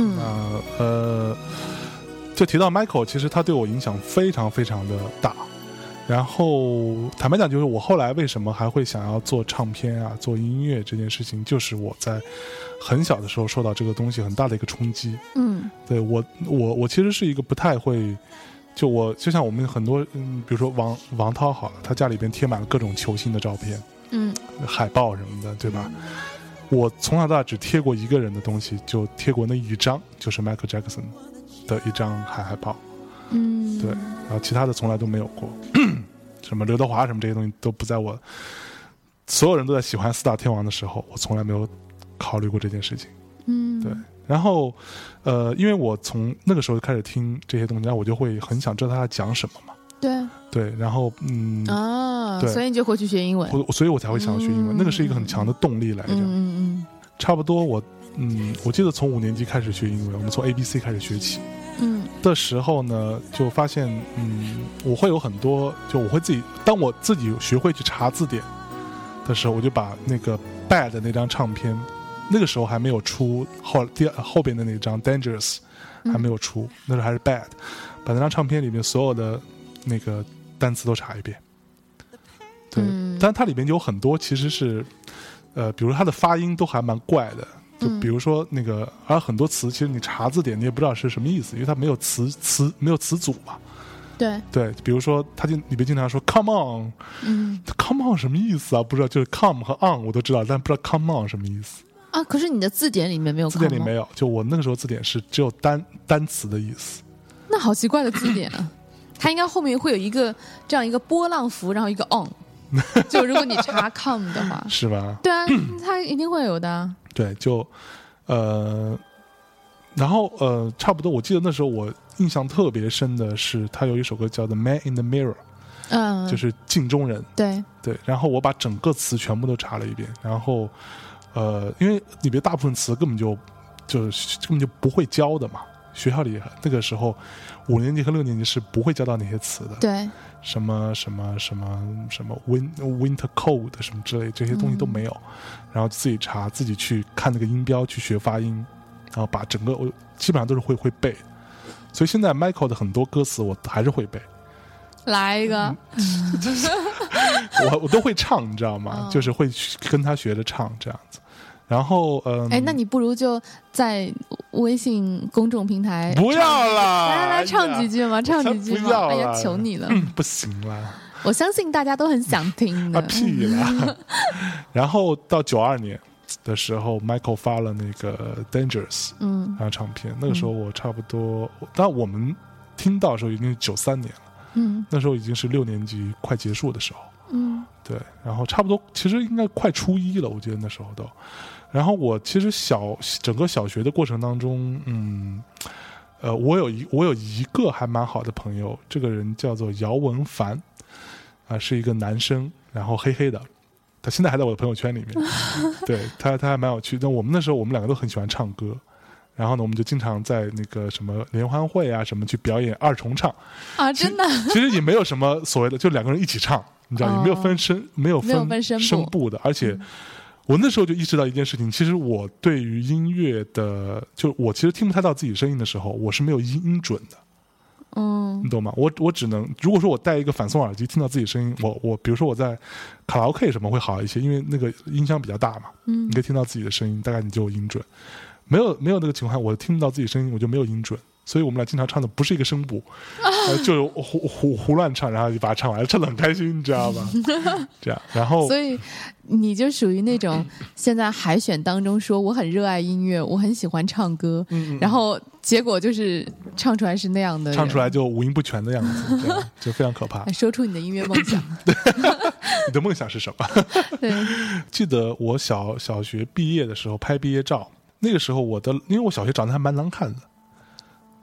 嗯啊呃，就提到 Michael，其实他对我影响非常非常的大。然后坦白讲，就是我后来为什么还会想要做唱片啊、做音乐这件事情，就是我在很小的时候受到这个东西很大的一个冲击。嗯对我，我我其实是一个不太会，就我就像我们很多，嗯，比如说王王涛好了，他家里边贴满了各种球星的照片，嗯海报什么的，对吧？我从小到大只贴过一个人的东西，就贴过那一张，就是 Michael Jackson 的一张海海报，嗯，对然后其他的从来都没有过。 什么刘德华什么这些东西都不在我，所有人都在喜欢四大天王的时候，我从来没有考虑过这件事情。嗯对然后，呃，因为我从那个时候开始听这些东西，然后我就会很想知道他在讲什么嘛。对对，然后嗯，啊，对所以你就回去学英文。我所以我才会想要学英嗯文，那个是一个很强的动力来着。嗯嗯差不多我嗯，我记得从五年级开始学英文，我们从 A B C 开始学起嗯嗯的时候呢，就发现嗯，我会有很多，就我会自己，当我自己学会去查字典的时候，我就把那个 Bad 的那张唱片，那个时候还没有出后第二后边的那张 Dangerous。嗯，还没有出，那时候还是 Bad，把那张唱片里面所有的那个单词都查一遍。对，嗯但它里面有很多其实是，呃，比如它的发音都还蛮怪的，就嗯比如说那个，而很多词其实你查字典你也不知道是什么意思，因为它没有词词没有词组嘛。对，对，比如说它就里面经常说 “come on”，“come 嗯 on” 什么意思啊？不知道，就是 “come” 和 “on” 我都知道，但不知道 “come on” 什么意思。啊，可是你的字典里面没有字看典里吗没有，就我那个时候字典是只有单单词的意思。那好奇怪的字典 啊！它应该后面会有一个这样一个波浪符，然后一个 on，就 如果你查 come 的话，是吧？对 啊，它一定会有的啊。对，就呃，然后呃，差不多，我记得那时候我印象特别深的是，他有一首歌叫《The Man in the Mirror》，嗯，就是镜中人。对，对，然后我把整个词全部都查了一遍，然后呃，因为里边大部分词根本就就是根本就不会教的嘛。学校里那个时候，五年级和六年级是不会教到那些词的，对，什么什么什么什么 win winter cold 什么之类这些东西都没有，然后自己查自己去看那个音标去学发音，然后把整个我基本上都是会会背，所以现在 Michael 的很多歌词我还是会背，来一个，嗯 我我都会唱，你知道吗？嗯就是会去跟他学着唱这样子。然后嗯，哎，那你不如就在微信公众平台不要啊啦，来来来哎唱几句，句嘛，唱才几句不嘛，要啊嗯哎呀，啦求你了！不行 啦。我相信大家都很想听啊的。屁啦！ 然后到九二年的时候，Michael 发了那个《Dangerous》嗯那张唱片，那个时候我差不多，但我们听到的时候已经是九三年了，嗯那时候已经是六年级快结束的时候，嗯对，然后差不多其实应该快初一了，我记得那时候都。然后我其实小整个小学的过程当中，嗯，呃，我有一我有一个还蛮好的朋友，这个人叫做姚文凡，啊、是一个男生，然后黑黑的，他现在还在我的朋友圈里面，对他他还蛮有趣。但我们那时候我们两个都很喜欢唱歌，然后呢，我们就经常在那个什么联欢会啊什么去表演二重唱，啊，真的， 其实也没有什么所谓的，就两个人一起唱，你知道，也没有分声，没有哦没有分声声部嗯部的。而且我那时候就意识到一件事情，其实我对于音乐的，就我其实听不太到自己声音的时候，我是没有音音准的，嗯你懂吗？我我只能，如果说我戴一个反送耳机听到自己声音，我我比如说我在卡拉 OK 什么会好一些，因为那个音箱比较大嘛，嗯你可以听到自己的声音，大概你就有音准。没有没有那个情况下，我听不到自己声音，我就没有音准。所以我们俩经常唱的不是一个声 部，呃就胡胡胡乱唱，然后就把它唱完，唱的很开心，你知道 吧？这样，然后所以你就属于那种现在海选当中说我很热爱音乐，我很喜欢唱歌，然后结果就是唱出来是那样的人，嗯唱出来就五音不全的 样子，这样就非常可怕哎。说出你的音乐梦想。 你的梦想是什么？ 对，记得我小小学毕业的时候拍毕业照，那个时候我的，因为我小学长得还蛮难看的，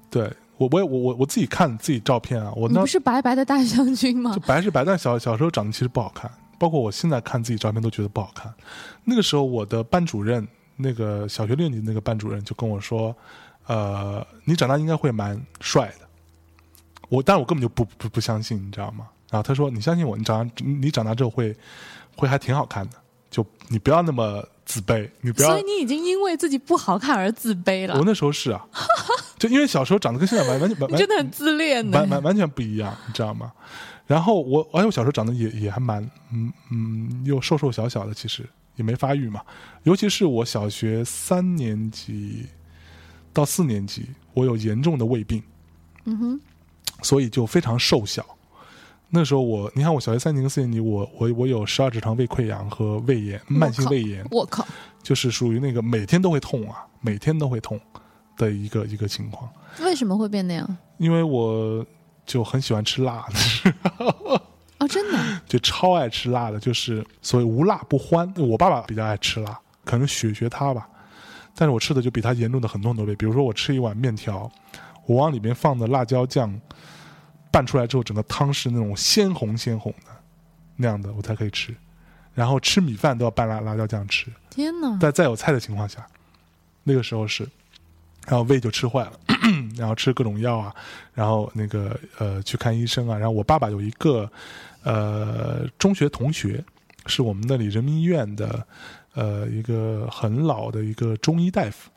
对我我也我我我自己看自己照片啊，我你那不是白白的大将军吗就？白是白，但小小时候长得其实不好看，包括我现在看自己照片都觉得不好看。那个时候我的班主任，那个小学六年级那个班主任就跟我说，呃，你长大应该会蛮帅的。我，但我根本就不不不相信，你知道吗？然后他说：“你相信我，你长大你长大之后会会还挺好看的，就你不要那么自卑，你不要所以。你已经因为自己不好看而自卑我了，那时候是啊，就因为小时候长得跟现在完完全完你完真的很自 恋呢完。完完全不一样，你知道吗？然后我，而且我小时候长得也也还蛮，嗯嗯，又瘦瘦小小的，其实也没发育嘛。尤其是我小学三年级到四年级，我有严重的胃病，嗯哼，所以就非常瘦小。那时候我，你看我小学三年级、四年级，我我我有十二指肠胃溃疡和胃炎，慢性靠胃炎，我靠，就是属于那个每天都会痛啊，每天都会痛的一个一个情况。为什么会变那样？因为我就很喜欢吃辣，哦，真的，就超爱吃辣的，就是所谓无辣不欢。我爸爸比较爱吃辣，可能学学他吧，但是我吃的就比他严重的很多很多倍。比如说我吃一碗面条，我往里面放的辣椒酱拌出来之后，整个汤是那种鲜红鲜红的那样的，我才可以吃。然后吃米饭都要拌辣辣椒酱吃，天哪！在再有菜的情况下，那个时候是，然后胃就吃坏了， 然后吃各种药啊，然后那个呃去看医生啊，然后我爸爸有一个呃中学同学，是我们那里人民医院的呃一个很老的一个中医大夫。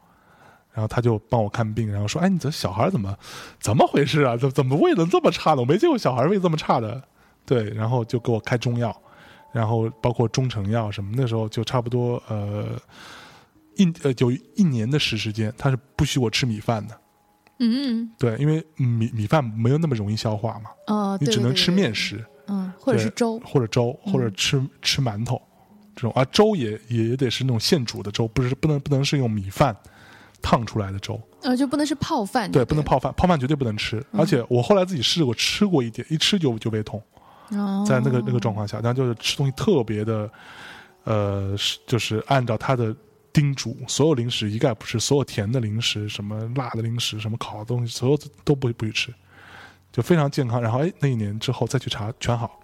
然后他就帮我看病，然后说：“哎，你这小孩怎么怎么回事啊？怎怎么胃能这么差呢？我没见过小孩胃这么差的。”对，然后就给我开中药，然后包括中成药什么，那时候就差不多呃一呃有一年的时时间，他是不许我吃米饭的，嗯，对，因为米米饭没有那么容易消化嘛，哦，你对只能吃，面对对对食嗯，或者是粥，或者粥，或者吃、吃馒头这种啊，粥也也得是那种现煮的粥，不是不能不能是用米饭烫出来的粥，呃，就不能是泡饭，对，不能，泡饭，泡饭绝对不能吃，嗯而且我后来自己试过吃过一点，一吃就就胃痛。哦在那个那个状况下，但就是吃东西特别的，呃，是就是按照他的叮嘱，所有零食一概不吃，所有甜的零食、什么辣的零食、什么烤的东西，所有都不不许吃，就非常健康。然后哎，那一年之后再去查全好，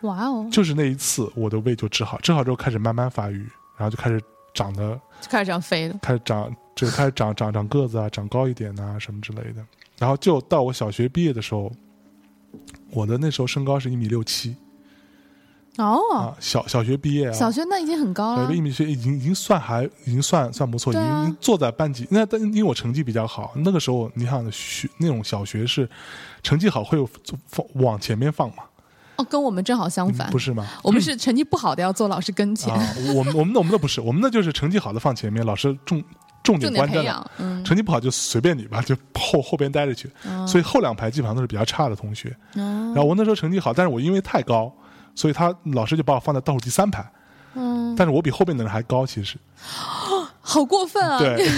哇哦，就是那一次我的胃就治好，治好之后开始慢慢发育，然后就开始长得就开始长肥了，开始长，就开始长长长个子啊，长高一点呐、什么之类的。然后就到我小学毕业的时候，我的那时候身高是一米六七哦，啊，小小学毕业啊，小学那已经很高有一了个一，米七已经已经算还已经算算不错，已啊对啊经坐在班级。那但因为我成绩比较好，那个时候你看学那种小学是成绩好会有放往前面放嘛，哦，跟我们正好相反，不是吗？我们是成绩不好的要坐老师跟前啊，，我们我们那我们那不是，我们那就是成绩好的放前面，老师重重重点点关培照了。养，嗯，成绩不好就随便你吧，就后后边待着去。所以后两排基本上都是比较差的同学。哦然后我那时候成绩好，但是我因为太高，所以他老师就把我放在倒数第三排。嗯，但是我比后边的人还高，其实。好过分啊，对，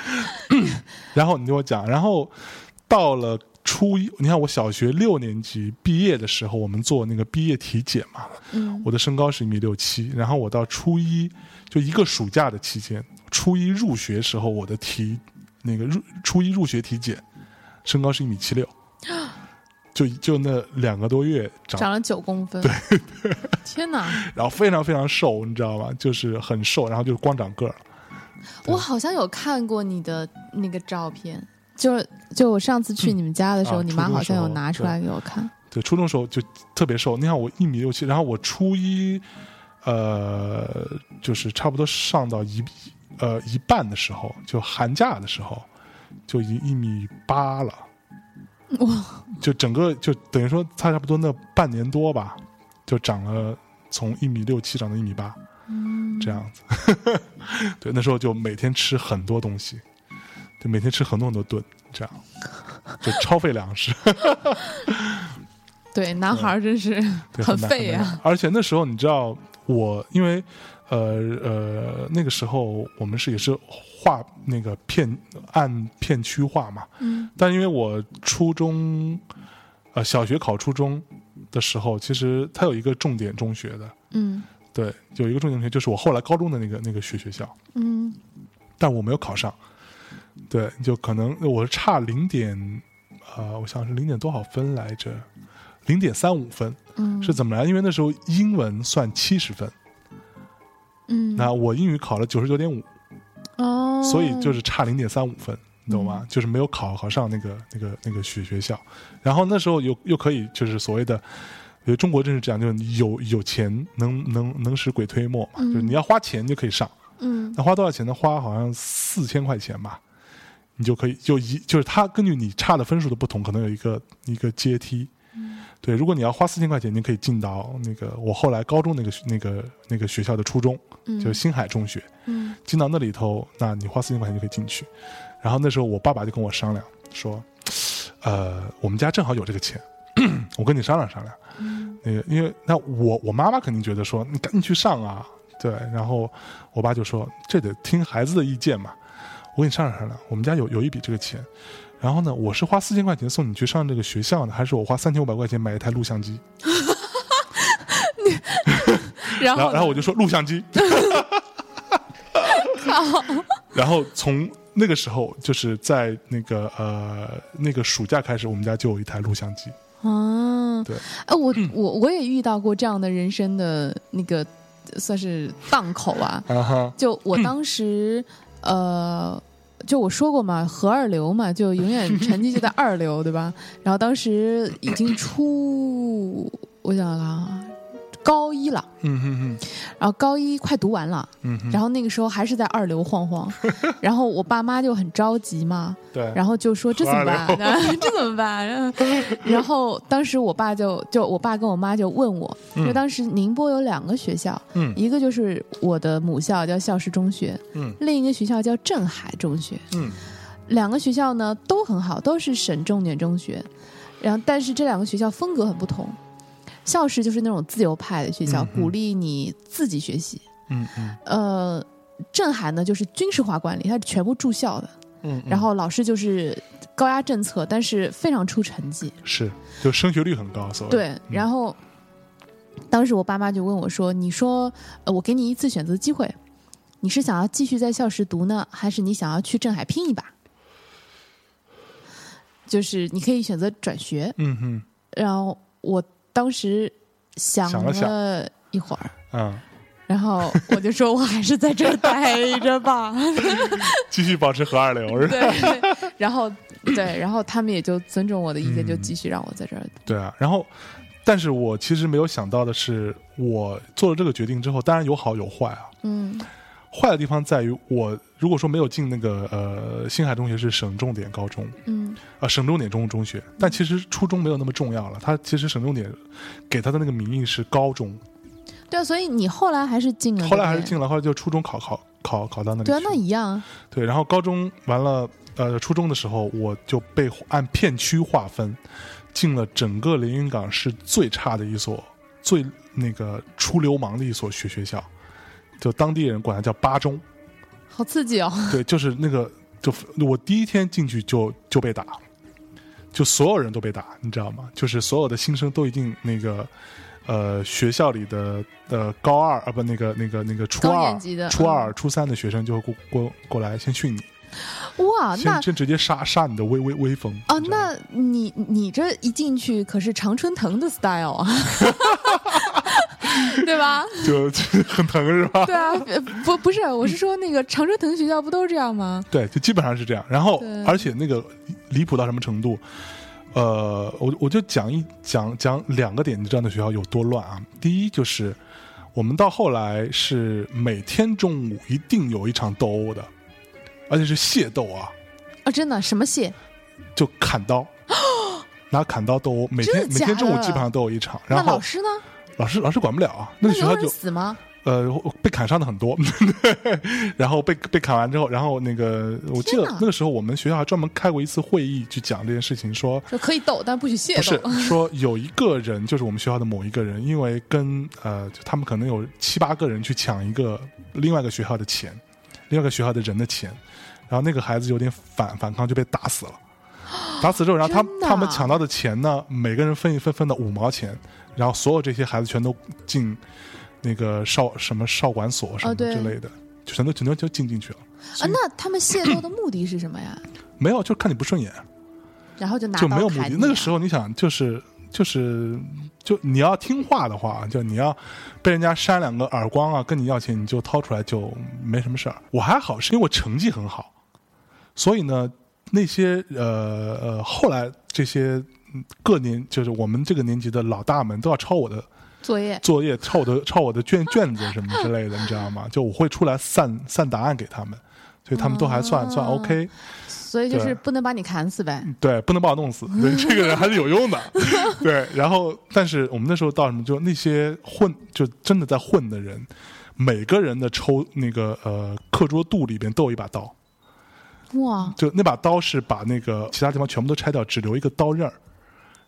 然后你听我讲，然后到了初一，你看我小学六年级毕业的时候，我们做那个毕业体检嘛，嗯，我的身高是一米六七，然后我到初一就一个暑假的期间，初一入学时候我的体那个入初一入学体检，身高是一米 七六，就就那两个多月长长了九公分，天哪，然后非常非常瘦，你知道吗？就是很瘦，然后就是光长个儿。对我好像有看过你的那个照片。就是，就我上次去你们家的时候，啊你妈初中好像时有候拿出来给我看。对，初中时候就特别瘦。你看我一米六七，然后我初一，呃，就是差不多上到一呃一半的时候，就寒假的时候，就已经一米八了。哇，就整个就等于说，差差不多那半年多吧，就长了从一米六七长到一米八，这样子。 对，那时候就每天吃很多东西，就每天吃很多很多顿，这样就超费粮食。对，男孩儿真是对，很难废很难啊！ 而且那时候你知道我，因为呃呃那个时候我们是也是划那个片按片区划嘛，嗯，但因为我初中呃小学考初中的时候，其实它有一个重点中学的，嗯对，有一个重点中学就是我后来高中的那个那个学学校，嗯，但我没有考上，对，就可能我是差零点，呃，我想是零点多少分来着，零点三五分，嗯是怎么来？因为那时候英文算七十分，嗯，那我英语考了九十九点五，哦，嗯所以就是差零点三五分，你懂吗？就是没有考考上那个那个那个学学校，然后那时候又又可以就是所谓的觉得中国真是这样，就是你有有钱能能能使鬼推磨嘛，嗯就是你要花钱就可以上。嗯那花多少钱呢？花好像四千块钱吧，你就可以就一就是它根据你差的分数的不同，可能有一个一个阶梯。嗯对，如果你要花四千块钱，你可以进到那个我后来高中那个那个那个学校的初中，嗯，就是星海中学。嗯进到那里头，那你花四千块钱就可以进去。然后那时候我爸爸就跟我商量说，呃，我们家正好有这个钱， 我跟你商量商量。那个，因为那我我妈妈肯定觉得说你赶紧去上啊，对。然后我爸就说这得听孩子的意见嘛，我跟你商量商量，我们家有有一笔这个钱。然后呢，我是花四千块钱送你去上这个学校呢，还是我花三千五百块钱买一台录像机？然然后后然后我就说录 像机， 然后从那个时候就是在那个呃那个暑假开始，我们家就有一台录像机。啊，对，哎，我我我也遇到过这样的人生的那个算是档口啊，啊哈，就我当时、呃。就我说过嘛，和二流嘛，就永远成绩就在二 流，对吧？然后当时已经初，我想想看啊，高一了，嗯哼哼，然后高一快读完了，嗯哼，然后那个时候还是在二流晃 晃，然后我爸妈就很着急嘛，对，然后就说这怎么办啊二？ 这怎么办？然后然后当时我爸就就我爸跟我妈就问我，因为嗯当时宁波有两个学校，嗯一个就是我的母校叫校师中学，嗯另一个学校叫镇海中学。嗯两个学校呢都很好，都是省重点中学，然后但是这两个学校风格很不同。校师就是那种自由派的学校，嗯嗯鼓励你自己学习。嗯嗯呃，镇海呢就是军事化管理，它是全部住校的。嗯，然后老师就是高压政策，但是非常出成绩。是就升学率很高，所谓对，然后后当时我爸妈就问我说：“你说，呃，我给你一次选择机会，你是想要继续在校时读呢，还是你想要去镇海拼一把？就是你可以选择转学。嗯哼”然后我当时想想了想了一会儿，啊，然后我就说：“我还是在这儿待着吧。” 继续保持核二 流是吧？对，然后对，然后他们也就尊重我的意见，嗯就继续让我在这儿。对啊，然后。但是我其实没有想到的是，我做了这个决定之后，当然有好有坏啊。嗯坏的地方在于，我如果说没有进那个呃星海中学是省重点高中，嗯啊，省重点中中学，但其实初中没有那么重要了。它其实省重点给他的那个名义是高中，，对啊，所以你后来还是进了，后来嗯对还是不对进了，后来就初中考考考考到那里去。对啊，那一样，对然后高中完了，呃，初中的时候我就被按片区划分，进了整个连云港市最差的一所，最那个出流氓的一所学学校，就当地人管它叫八中。好刺激 哦！对，就是那个，就我第一天进去就就被打，就所有人都被打，你知道吗？就是所有的新生都已经那个，呃，学校里的呃高二啊不那个那个那个初高二年级的嗯初二、初三的学生就会过过过来先训你，哇，啊那先先直接杀杀你的威威威风哦，你知道吗那你你这一进去可是常春藤的 style 啊，对吧？就就很疼是 吧？对啊，呃不不是，我是说那个常春藤学校不都这样吗？对，就基本上是这样。然后对，而且那个离谱到什么程度？呃，我我就讲一讲讲两个点，你知道那学校有多乱啊？第一就是我们到后来是每天中午一定有一场斗殴的，而且是械斗啊，啊，真的什么戏？就砍刀， 拿砍刀斗殴，每真的天每假的天中午基本上都有一场。那然老后师呢？老师老师管不了啊，那那个学有校人就死吗？呃被砍伤的很多， 然后被被砍完之后，然后那个我记得天哪那个时候我们学校还专门开过一次会议去讲这件事情，说就可以斗，但不许械不是斗。哦说有一个人就是我们学校的某一个人，因为跟呃就他们可能有七八个人去抢一个另外一个学校的钱，另外一个学校的人的钱，然后那个孩子有点反反抗就被打 死了。打死之后，然后他真的啊他们抢到的钱呢，每个人分一分分到五毛钱，然后所有这些孩子全都进那个少什么少管所什哦么对之类的，就全都全都就进进去了。啊，那他们械斗的目的是什么 呀？没有，就看你不顺眼，然后就拿就刀没有目砍的。你那个啊时候你想，就是就是就你要听话的话，就你要被人家扇两个耳光啊，跟你要钱，你就掏出来就没什么事儿。我还好，是因为我成绩很好，所以呢，那些呃呃后来这些各年就是我们这个年级的老大们都要抄我的作业作业，抄我的抄我的卷卷子什么之类的，你知道吗？就我会出来散散答案给他们，所以他们都还算、算啊 OK。所以就是对不能把你砍死呗。 对，不能把我弄死。对，这个人还是有用的。对，然后但是我们那时候到什么，就那些混，就真的在混的人，每个人的抽那个呃课桌肚里边都有一把刀，哇，就那把刀是把那个其他地方全部都拆掉，只留一个刀刃儿，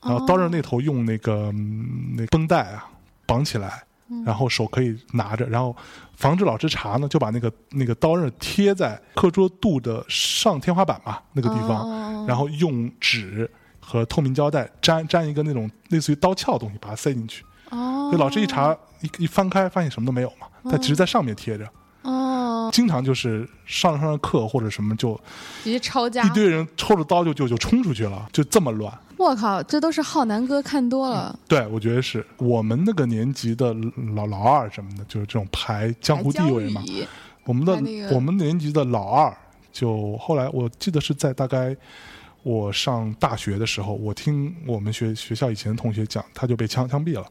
然后刀刃那头用那个、嗯那绷带啊绑起来。嗯然后手可以拿着，然后防止老师查呢，就把那个那个刀刃贴在课桌肚的上天花板吧那个地方，哦然后用纸和透明胶带粘粘一个那种类似于刀鞘的东西，把它塞进去。哦，就老师一查一一翻开，发现什么都没有嘛，但只是在上面贴着。哦，经常就是上着上着课或者什么，就直接抄家一。堆人抽着刀就就就冲出去了，就这么乱。我靠，这都是浩南哥看多了。对，我觉得是我们那个年级的老老二什么的，就是这种排江湖地位嘛还。江宇我们的、排那个我们年级的老二，就后来我记得是在大概我上大学的时候，我听我们学学校以前的同学讲，他就被枪枪毙了。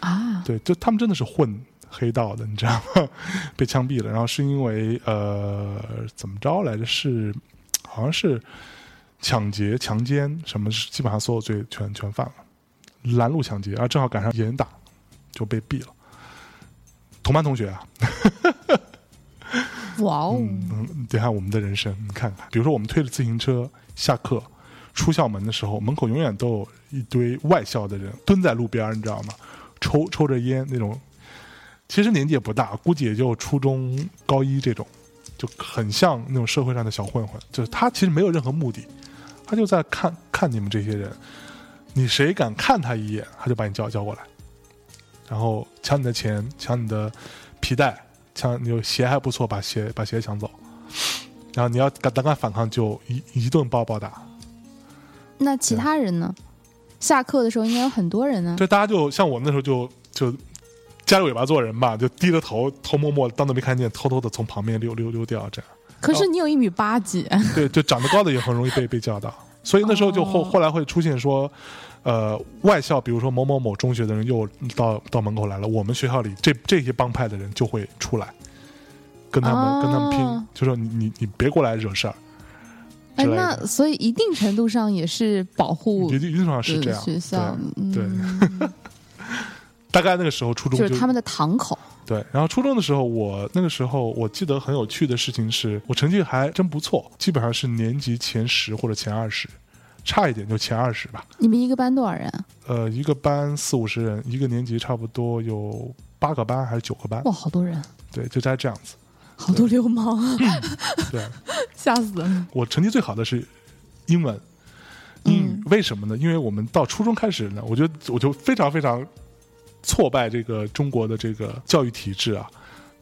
啊，对，就他们真的是混黑道的，你知道吗？被枪毙了，然后是因为呃怎么着来着？是好像是抢劫、强奸什么，基本上所有罪全全犯了。拦路抢劫，然后正好赶上严打，就被毙了。同班同学啊，哇哦，嗯，你看我们的人生，你看看，比如说我们推着自行车下课，出校门的时候，门口永远都有一堆外校的人蹲在路边儿，你知道吗？抽抽着烟那种，其实年纪也不大，估计也就初中高一这种，就很像那种社会上的小混混，就是他其实没有任何目的，他就在看看你们这些人，你谁敢看他一眼，他就把你叫叫过来，然后抢你的钱，抢你的皮带。抢你有鞋还不错，把鞋把鞋抢走，然后你要敢胆敢反抗，就一一顿暴暴打。那其他人呢？下课的时候应该有很多人啊呢。对，大家就像我们那时候就就夹着尾巴做人吧，就低着头，偷摸摸当做没看见，偷偷的从旁边溜溜溜掉，这样。可是你有一米八几，对，就长得高的也很容易被被叫到，所以那时候就后哦后来会出现说，呃，外校比如说某某某中学的人又到到门口来了，我们学校里这这些帮派的人就会出来，跟他们、跟他们哦拼，就说你你你别过来惹事儿。 哎，之类那的所以一定程度上也是保护一定一定程度上是呃这样，学校对，嗯对大概那个时候初中就是他们的堂口。对，然后初中的时候我，那个时候我记得很有趣的事情是，我成绩还真不错，基本上是年级前十或者前二十，差一点就前二十吧。你们一个班多少人啊？呃，一个班四五十人，一个年级差不多有八个班还是九个班哇，，好多人，对，就大概这样子。好多流氓，啊 对吓死了。我成绩最好的是英文。英嗯语为什么呢？因为我们到初中开始呢，我觉得我就非常非常挫败这个中国的这个教育体制啊。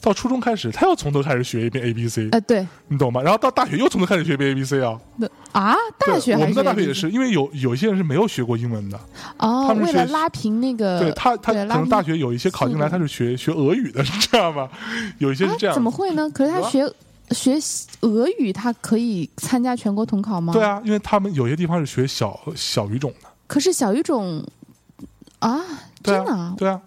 到初中开始，他又从头开始学一遍 A B C，、哎，对，你懂吗？然后到大学又从头开始学一遍 A B C 啊。那啊，大对学我还们是在大学有也是，因为有有一些人是没有学过英文的，哦他，们为是了拉平那个，对他他呃对可拉能平大学有一些考进来速他度是学学俄语的，你 知道吗？有一些是啊这样怎子。么会呢？可是他有啊学学俄语，他可以参加全国统考吗？对。啊，因为他们有些地方是学小小语种的。可是小语种啊，对真啊，的啊对啊，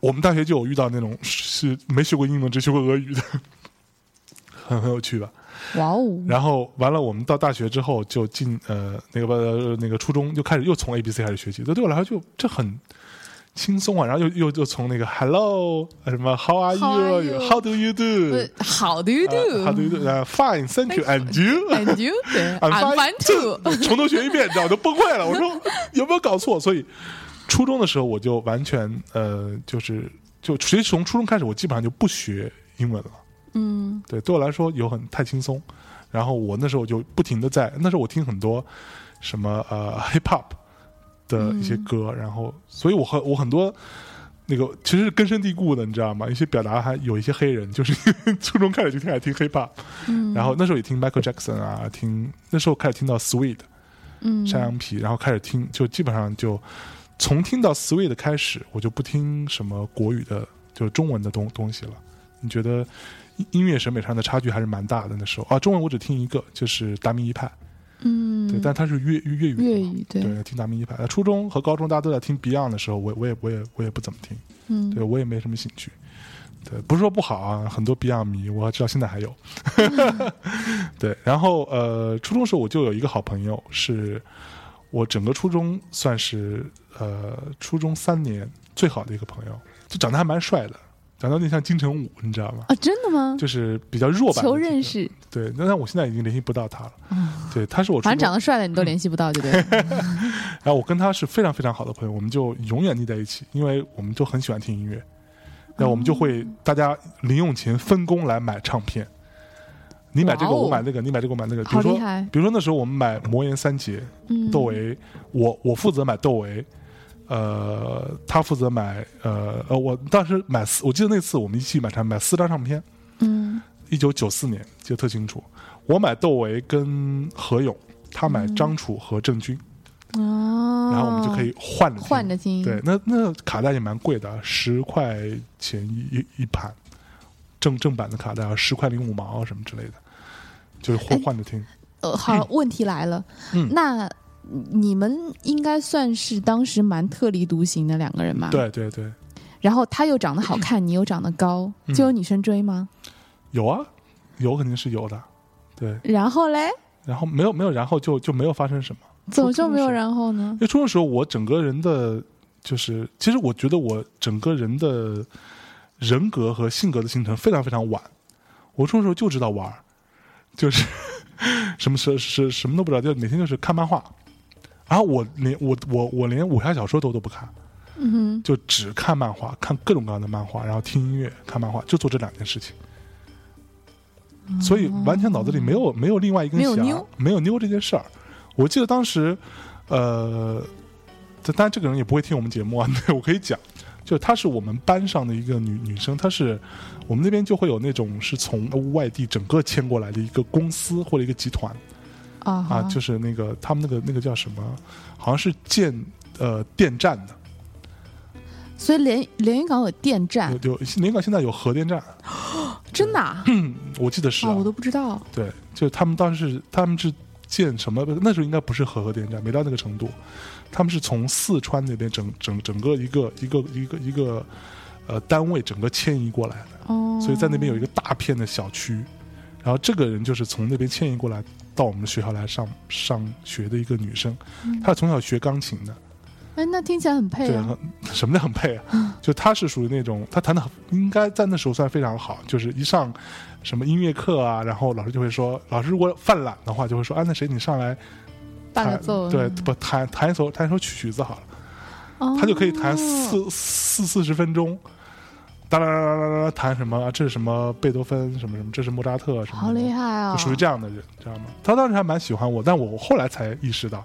我们大学就有遇到那种是没学过英文，只学过俄语的， 很很有趣吧？哇哦，然后完了，我们到大学之后就进呃那个不呃那个初中就开始又从 A B C 开始学习，这对我来说就这很轻松啊。然后又又又从那个 Hello 呃什么 How are How are you you？ How do you do 呃好的 you 呃 How do you do， do 呃 Fine Thank you and you and you 对 I'm I'm fine fine too，从头学一遍，你知道我都崩溃了。我说有没有搞错？所以初中的时候我就完全呃，就是就其实从初中开始，我基本上就不学英文了。嗯，对，对我来说有很太轻松。然后我那时候就不停的在，那时候我听很多什么呃 hip hop 的一些歌，然后所以我很我很多那个其实是根深蒂固的，你知道吗？一些表达还有一些黑人，就是 因为初中开始就开始听 hip hop，、然嗯后那时候也听 Michael Jackson 啊，听那时候开始听到 Sweet，嗯山羊皮，然后开始听，就基本上就从听到 Sweet 开始，我就不听什么国语的，就是中文的东东西了。你觉得音音乐审美上的差距还是蛮大的那时候啊？中文我只听一个，就是达明一派，嗯，对，但它是粤粤语的嘛粤语对，对，听大明一派。初中和高中大家都在听 Beyond 的时候，我我也我也我也不怎么听，嗯，对我也没什么兴趣。对，不是说不好啊，很多 Beyond 迷，我知道现在还有。嗯 对，然后呃，初中时候我就有一个好朋友，是我整个初中算是呃初中三年最好的一个朋友，就长得还蛮帅的，长得有点像金城武，你知道吗？啊，真的吗？就是比较弱版的求金城认识，嗯对，那但我现在已经联系不到他了。对，他是我初反正中长得帅的你都联系不到，对不 对了？然后我跟他是非常非常好的朋友，我们就永远腻在一起，因为我们就很喜欢听音乐，然后我们就会大家零用钱分工来买唱片，你买这个哇哦我买那个，你买这个我买那个。比好如说厉，害，比如说那时候我们买《魔岩三杰》，嗯，窦唯，我我负责买窦唯，呃，他负责买呃呃，我当时买四，我记得那次我们一起买唱买四张唱片，嗯，一九九四年记得特清楚，我买窦唯跟何勇，他买张楚和郑钧，哦，然后我们就可以换着听换着听，对，，那那卡带也蛮贵的啊，十块钱一一一盘，正正版的卡带啊，十块零五毛什么之类的，就是换哎换着听。呃，好，问题来了，嗯那你们应该算是当时蛮特立独行的两个人吧？。对对对，然后他又长得 好看，你又长得高，嗯就有女生追吗？有啊，有肯定是有的。对，然后嘞，然后没有没有，然后就就没有发生什么。怎么就没有初中时候然后呢因？为初中的时候，我整个人的就是，其实我觉得我整个人的人格和性格的形成非常非常晚。我初中的时候就知道玩儿，就是 什么什什什么都不知道，就每天就是看漫画。然后我连我我我连武侠小说都都不看，嗯就只看漫画，看各种各样的漫画，然后听音乐、看漫画，就做这两件事情。所以完全脑子里没有没有另外一根哦没有弦儿，啊没有妞妞这件事儿。我记得当时，呃，这当然这个人也不会听我们节目啊， 对我可以讲，就她是我们班上的一个女女生，她是我们那边就会有那种是从外地整个迁过来的一个公司或者一个集团，哼啊啊，哈就是那个他们那个那个叫什么，好像是建呃电站的，所以连连云港有电站，有有连港现在有核电站，真的啊？我记得是、啊啊，我都不知道。对，就他们当时是他们是建什么？那时候应该不是核核电站，没到那个程度。他们是从四川那边整整整个一个一个一个一个呃单位整个迁移过来的，哦，所以在那边有一个大片的小区。然后这个人就是从那边迁移过来到我们学校来上上学的一个女生，嗯她从小学钢琴的，哎，那听起来很配对，啊。很什么叫很配啊？就他是属于那种，他弹的应该在那时候算非常好，就是一上什么音乐课啊，然后老师就会说，老师如果犯懒的话，就会说，啊，那谁你上来伴个弹奏，对，不弹弹一首弹一首曲曲子好了，哦，他就可以弹四四四十分钟。哒啦啦啦啦啦啦，弹什么？啊这是什么？贝多芬什么什么？这是莫扎特什么？好厉害啊！就属于这样的人，知道吗？他当时还蛮喜欢我，但我后来才意识到，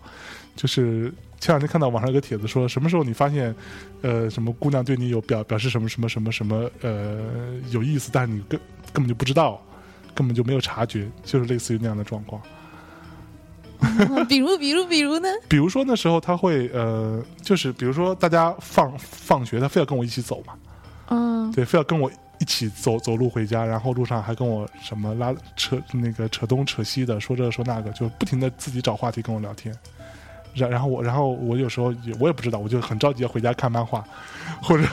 就是前两天看到网上有个帖子说，什么时候你发现，呃，什么姑娘对你有表表示什么什么什么什么呃有意思，但是你根根本就不知道，根本就没有察觉，就是类似于那样的状况。样，比如比如比 如呢？比如说那时候他会呃，就是比如说大家放放学，他非要跟我一起走嘛，嗯，对，非要跟我一起走走路回家，然后路上还跟我什么拉扯那个扯东扯西的，说这说那个，就不停的自己找话题跟我聊天。然然后我然后我有时候也我也不知道，我就很着急要回家看漫画，或者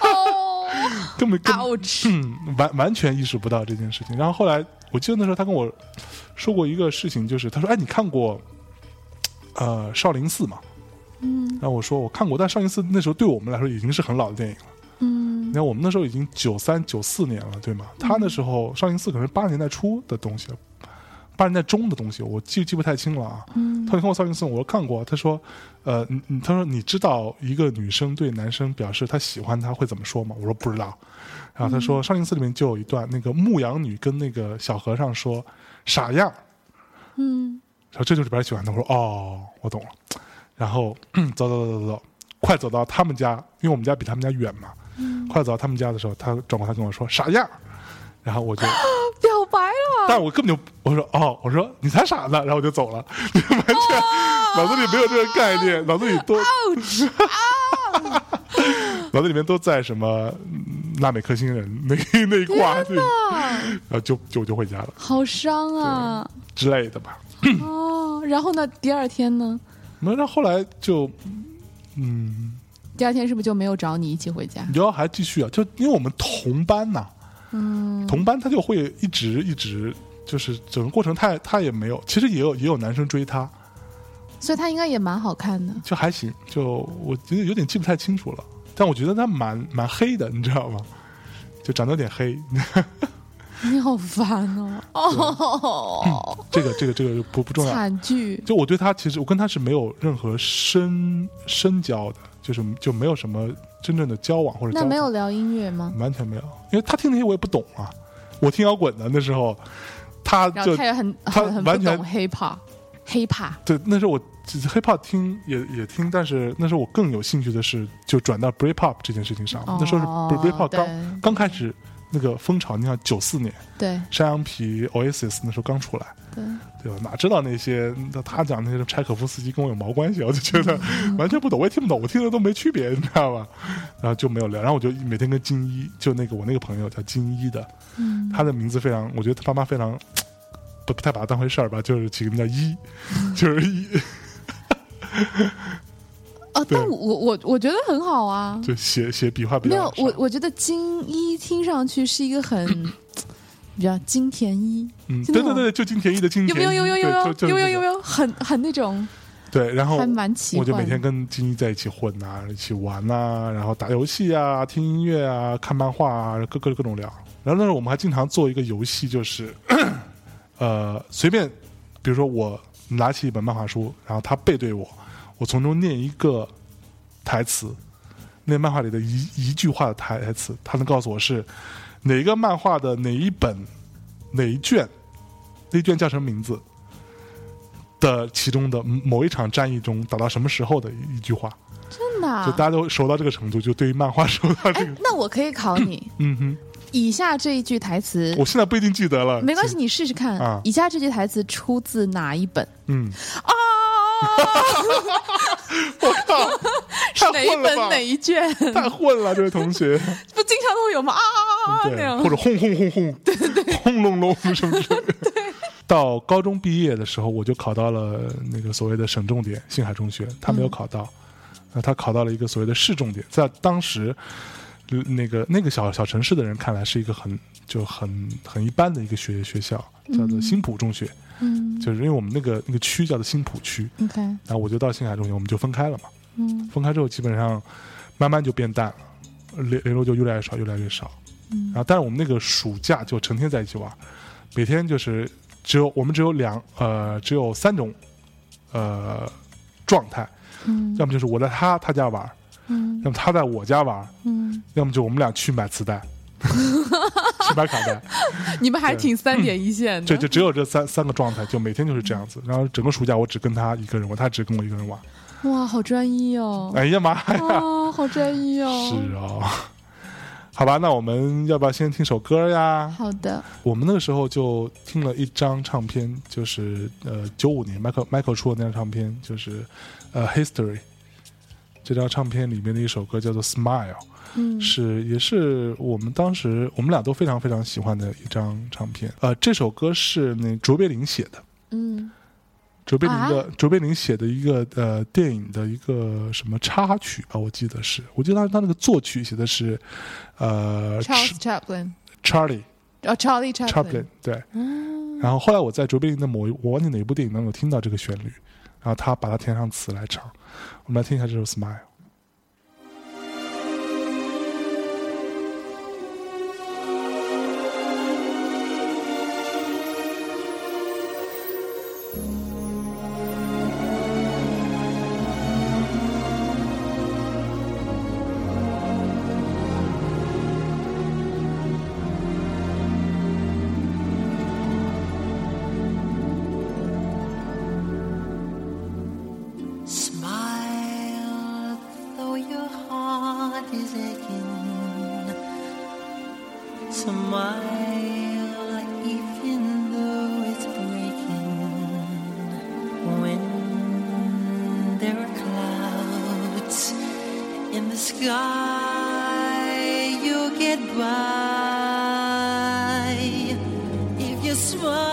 哦根本根本，ouch，嗯完完全意识不到这件事情。然后后来我记得那时候他跟我说过一个事情，就是他说哎你看过呃少林寺吗？嗯然后我说我看过，但少林寺那时候对我们来说已经是很老的电影了。嗯你看我们那时候已经九三九四年了，对吗？他那时候少林寺可能是八十年代初的东西了，八十年代中的东西，我记记不太清了啊。嗯他说你看过少林寺，我说看过。他说，呃，你你他说你知道一个女生对男生表示她喜欢他会怎么说吗？我说不知道。然后他说少林寺里面就有一段那个牧羊女跟那个小和尚说傻样儿， 嗯，然后这就是别人喜欢的。我说哦，我懂了。然后 走走走走走，快走到他们家，因为我们家比他们家远嘛。快走到他们家的时候，他转过头跟我说傻样儿。然后我就，表白了， 但我根本就我说哦，我说你才傻呢，然后我就走了， 就完全、脑子里没有这个概念，脑子里都，哦脑子里面都在什么嗯纳美克星人那 那一挂，对然后就就就回家了好伤啊！之类的吧。哦，然后呢？第二天呢？那那后来就，嗯，第二天是不是就没有找你一起回家？你要还继续啊，就因为我们同班呐、嗯，同班他就会一直一直，就是整个过程他也他也没有，其实也有也有男生追他，所以他应该也蛮好看的。就还行，就我觉得有点记不太清楚了，但我觉得他蛮蛮黑的，你知道吗？就长得有点黑，你好烦哦！哦，这个这个这个不不重要，惨剧。嗯就我对他其实我跟他是没有任何深深交的，就是就没有什么真正的交往或者交那没有集聊音乐吗？完全没有，因为他听那些我也不懂啊，我听摇滚的那时候，他然就后他也很他很很不完全懂 hip hop hip hop。对那时候我 hiphop 听也也听，但是那时候我更有兴趣的是就转到 breakup 这件事情上，那时候是哦 breakup 对刚刚开始那个风潮，你想九四年对山羊皮 Oasis 那时候刚出来。对，对吧？哪知道那些那他讲那些柴可夫斯基跟我有毛关系啊？我就觉 得完全不懂，我也听不懂，我听的都没区别，你知道吧？然后就没有聊，然后我就每天跟金一，就那个我那个朋友叫金一的，嗯，他的名字非常，我觉得他爸妈非常不不太把他当回事儿吧，就是起个名叫一， 就是一哦，对但我我我觉得很好啊。就写写笔画比没较有，少我我觉得金一听上去是一个很 比较金田一，嗯，真的对吗对对，就金田一的金有田一，没有有有有有嗯对就就是有有这有种有很很那种，对，然后还蛮奇我幻的。就每天跟金一在一起混呐、一起玩呐、然后打游戏啊，听音乐啊，看漫画啊，各各各种聊。然后那时候我们还经常做一个游戏，就是，呃，随便，比如说我拿起一本漫画书，然后他背对我，我从中念一个台词，那漫画里的一一句话的台台词，他能告诉我是哪一个漫画的哪一本哪一卷，那卷叫什么名字的其中的某一场战役中打到什么时候的一一句话，真的啊就大家都熟到这个程度，就对于漫画熟到这哎个，，那我可以考你 嗯哼，以下这一句台词，我现在不一定记得了，没关系，，你试试看。啊以下这句台词出自哪一本？嗯，啊，我靠， 是太哪一 混了本吧哪，一卷？太混了，这位同学，不经常都会有吗？啊啊啊啊那对，样或。者轰轰轰轰，对对对， 轰隆隆什么之类的。到高中毕业的时候，我就考到了那个所谓的省重点星海中学，他没有考到，那、他考到了一个所谓的市重点，在当时。呃那个那个小小城市的人看来是一个很就很很一般的一个学学校，叫做新浦中学，嗯就是因为我们那个那个区叫做新浦区， ，OK，然后我就到星海中学，我们就分开了嘛。嗯分开之后，基本上慢慢就变淡了，联联络就越来越少，越来越少。嗯然后，但是我们那个暑假就成天在一起玩，每天就是只有我们只有两呃只有三种呃状态，嗯要么就是我在他他家玩，嗯要么他在我家玩，嗯，要么就我们俩去买磁 带，去买卡带，你们还对挺三点一线的。这就只有这三三个状态，就每天就是这样子。然后整个暑假我只跟他一个人玩，他只跟我一个人玩。哇，好专一哦！哎呀妈呀！啊，好专一哦！ 是哦， 好吧，那我们要不要先听首歌呀？好的，我们那个时候就听了一张唱片，就是呃九五年 Michael Michael 出的那张唱片，就是呃 History。这张唱片里面的一首歌叫做《Smile》，嗯是也是我们当时我们俩都非常非常喜欢的一张唱片。呃，这首歌是那卓别林写的，嗯卓别林的、啊卓别林写的一个呃电影的一个什么插曲吧，我记得是，我记得他他那个作曲写的是呃，Charles Chaplin， Charlie 哦，Charlie Chaplin，嗯 Chaplin 对，然后后来我在卓别林的某一我忘记哪一部电影当中有听到这个旋律，然后他把它填上词来唱，我们来听一下这首《Smile》。 Smile, though your heart is aching. Smile, even though it's breaking. When there are clouds in the sky, you'll get by. If you smile,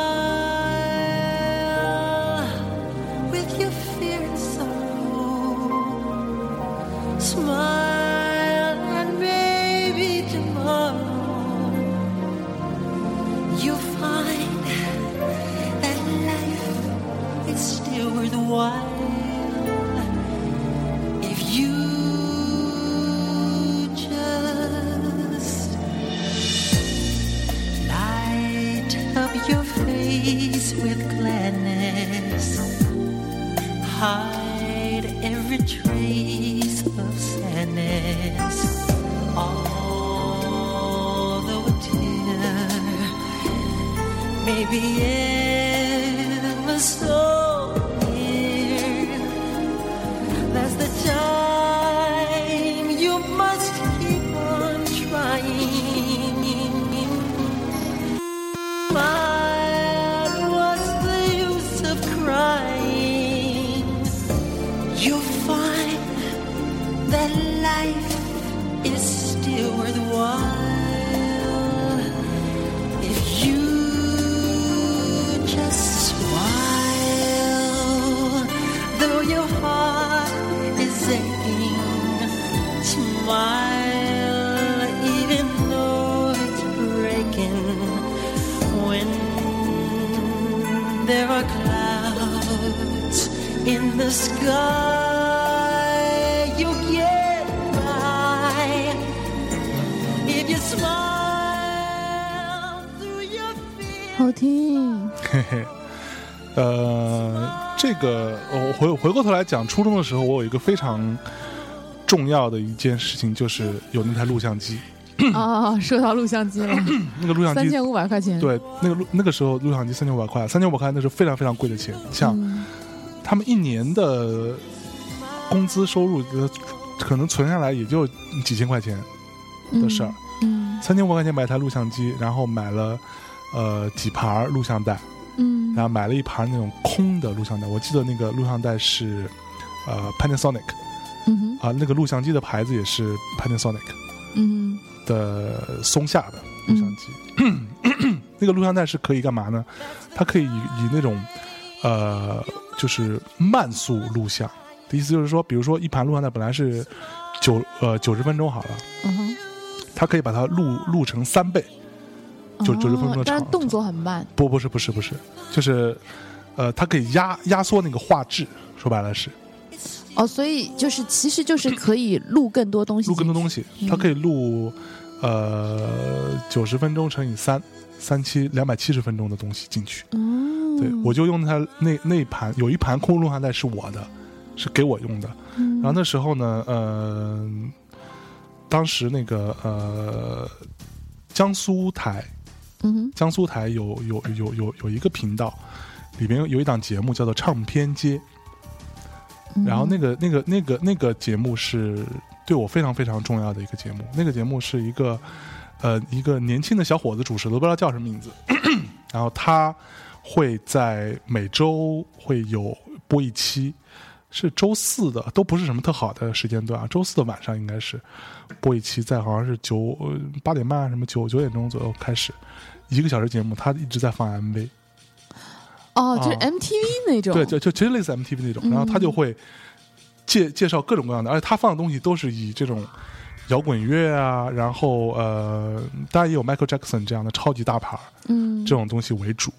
Smile and maybe tomorrow you'll find that life is still worthwhile if you just light up your face with gladness hide every trace of sadness. Although a tear may be ever so near, that's the time you must keep on trying. Smile, what's the use of crying? You'll find that life is still worthwhile if you just smile. Though your heart is aching, smile even though it's breaking when there are clouds in the sky, you get by if you smile through your fears. 好听，嘿嘿，呃，这个我回回过头来讲，初中的时候，我有一个非常重要的一件事情，就是有那台录像机。啊，说到录像机了，那个嗯录像三机，千五百块钱，对，那个录那个时候录像机三千五百块，三千五百块那是非常非常贵的钱。像嗯，他们一年的工资收入，呃可能存下来也就几千块钱嗯的事儿。，嗯三千五百块钱买台录像机，然后买了呃几盘儿录像带。嗯然后买了一盘那种空的录像带，我记得那个录像带是呃 Panasonic 嗯哼啊、那个录像机的牌子也是 Panasonic 嗯的松下的录像机。 那个录像带是可以干嘛呢？它可以以以那种呃就是慢速录像的意思，就是说，比如说一盘录像带本来是九呃九十分钟好了，嗯哼，它可以把它录录成三倍。就90分钟的哦但是长动作很慢，不，不是，不是，不是，就是呃，它可以压压缩那个画质，说白了是。哦，所以就是其实就是可以录更多东西，录更多东，西，它可以录呃九十分钟乘以三，三七两百七十分钟的东西进去。哦，对，我就用它那那一盘有一盘空录像带是我的，是给我用的。嗯，然后那时候呢，呃，当时那个呃江苏台嗯哼，江苏台有有有有有一个频道，里面有一档节目叫做《唱片街》。嗯然后那个那个那个那个节目是对我非常非常重要的一个节目。那个节目是一个呃一个年轻的小伙子主持，都不知道叫什么名字。 然后他会在每周会有播一期，是周四的，都不是什么特好的时间段啊。周四的晚上应该是播一期，在好像是九呃八点半啊什么九九点钟左右开始，一个小时节目，他一直在放 MV。哦，就是啊 MTV 那种，对，就就其实类似 MTV 那种，然后他嗯就会介介绍各种各样的，而且他放的东西都是以这种摇滚乐啊，然后呃，当然也有 Michael Jackson 这样的超级大牌儿嗯这，种东西为主。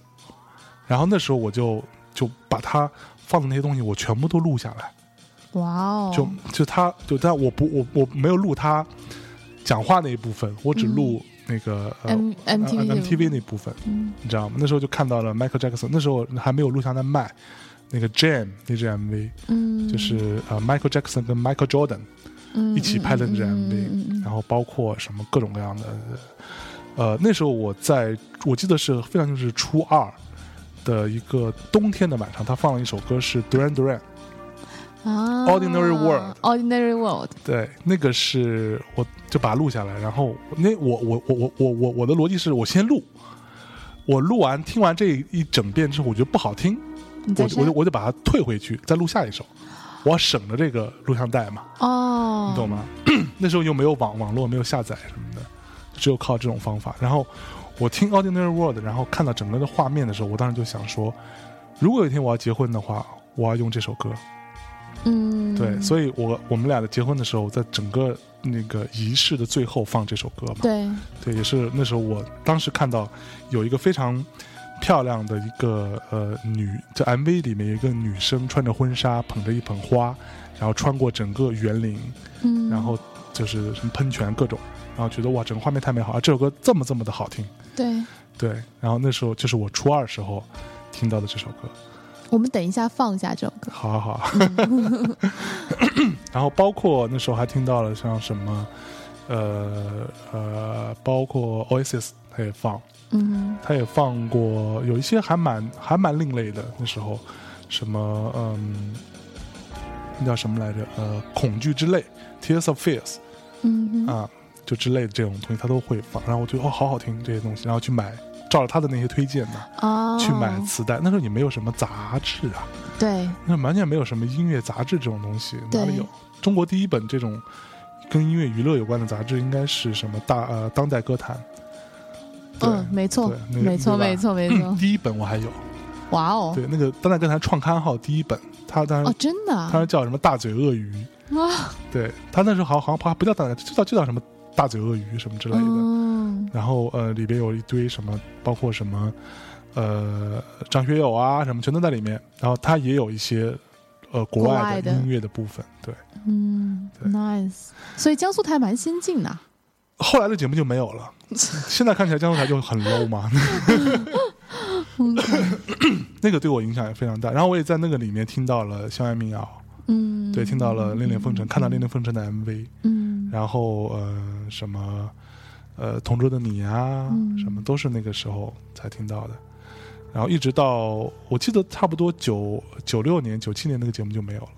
然后那时候我就就把他放的那些东西我全部都录下来，哇哦，就就他就但我不我我没有录他讲话那一部分，我只录那个、呃嗯 M MTV 这种 MTV 那部分，嗯你知道吗？那时候就看到了 Michael Jackson，那时候还没有录像带卖，那个 Jam 那支 MV 嗯，就是呃 Michael Jackson 跟 Michael Jordan 一起拍的那支 MV，、嗯嗯嗯嗯嗯嗯然后包括什么各种各样的，呃，那时候我在我记得是非常就是初二的一个冬天的晚上，他放了一首歌是 Duran Duran，啊 Ordinary World Ordinary World，对，那个是我就把它录下来，然后那我我我我我我我的逻辑是我先录，我录完听完这一整遍之后，我觉得不好听，你我在就我就我就把它退回去，再录下一首，我要省着这个录像带嘛，哦，你懂吗？ 那时候又没有网网络，没有下载什么的，只有靠这种方法。然后我听 Ordinary World，然后看到整个的画面的时候，我当时就想说，如果有一天我要结婚的话，我要用这首歌。嗯，对，所以我我们俩的结婚的时候，在整个那个仪式的最后放这首歌嘛，对，对，也是那时候我当时看到有一个非常漂亮的一个呃女，在 MV 里面有一个女生穿着婚纱，捧着一捧花，然后穿过整个园林，嗯，然后就是什么喷泉各种，然后觉得哇，整个画面太美好啊，这首歌这么这么的好听，对，对，然后那时候就是我初二时候听到的这首歌，我们等一下放一下这首歌，好好好。然后包括那时候还听到了像什么，呃呃，包括 Oasis 他也放，嗯他也放过有一些还蛮还蛮另类的。那时候什么嗯，那叫什么来着？呃，恐惧之泪 （Tears of Fears） 嗯哼啊，就之类的这种东西他都会放。然后我觉得哦，好好听这些东西，然后去买。照着他的那些推荐呢，哦，去买磁带。那时候也没有什么杂志啊，对，那完全没有什么音乐杂志这种东西，哪里对有？中国第一本这种跟音乐娱乐有关的杂志，应该是什么大呃当代歌坛。对嗯，没错对，那个没错，对吧没错，没错，第一本我还有，哇哦，对，那个当代歌坛创刊号第一本，它当哦时，真的啊当时叫什么大嘴鳄鱼，哇，对，它那时候好像好像不叫当代，就叫就叫什么大嘴鳄鱼什么之类的。嗯，然后呃，里边有一堆什么，包括什么呃张学友啊什么，全都在里面。然后它也有一些呃国国外外的的音乐的部分，对。嗯对，nice。所以江苏台蛮先进的，啊后来的节目就没有 了。现在看起来江苏台就很 low 嘛， 那个对我影响也非常大。然后我也在那个里面听到了校园民谣，嗯，对，听到了《恋恋风尘》，看到《恋恋风尘》的 MV，嗯，然后呃什么呃《同桌的你》啊，嗯什么都是那个时候才听到的。然后一直到我记得差不多九九六年、九七年那个节目就没有了，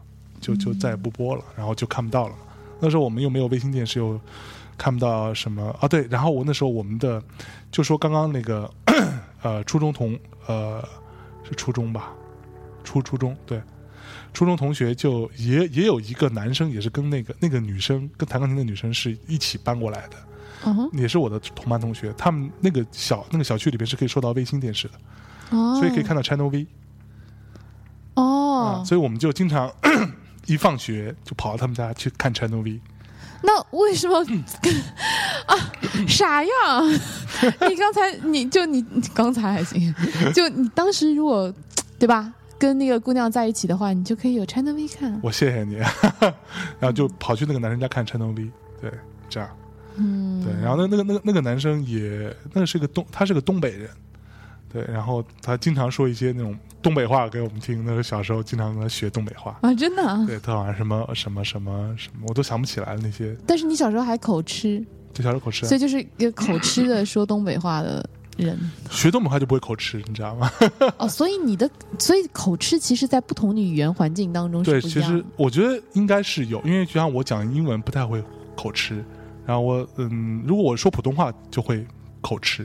就就再也不播了，然后就看不到了。那时候我们又没有卫星电视，又看不到什么啊。对，然后我那时候我们的就说刚刚那个 呃初中同呃是初中吧，初初中对，初中同学就也也有一个男生也是跟那个那个女生跟弹钢琴的女生是一起搬过来的，嗯哼，也是我的同班同学。他们那个小那个小区里边是可以收到卫星电视的，哦，所以可以看到啊 Channel V 啊、哦。所以我们就经常 一放学就跑到他们家去看 Channel V。那为什么啊？傻样！ 你刚才你就你你刚才还行，就你当时如果对吧，跟那个姑娘在一起的话，你就可以有 China V 看。我谢谢你， 然后就跑去那个男生家看 Channel V，对，这样，嗯，对，然后那那个那个那个男生也，那是个东，他是个东北人，对，然后他经常说一些那种东北话给我们听，那时候小时候经常跟他学东北话，啊，真的啊。对他好像什么什么什么什么，我都想不起来了那些，但是你小时候还口吃，就小时候口吃啊所，以就是一个口吃的说东北话的 人学东北话就不会口吃，你知道吗？哦。所以你的，所以口吃其实，在不同的语言环境当中是对，不一其样实的。我觉得应该是有，因为就像我讲英文不太会口吃，然后我嗯，如果我说普通话就会口吃，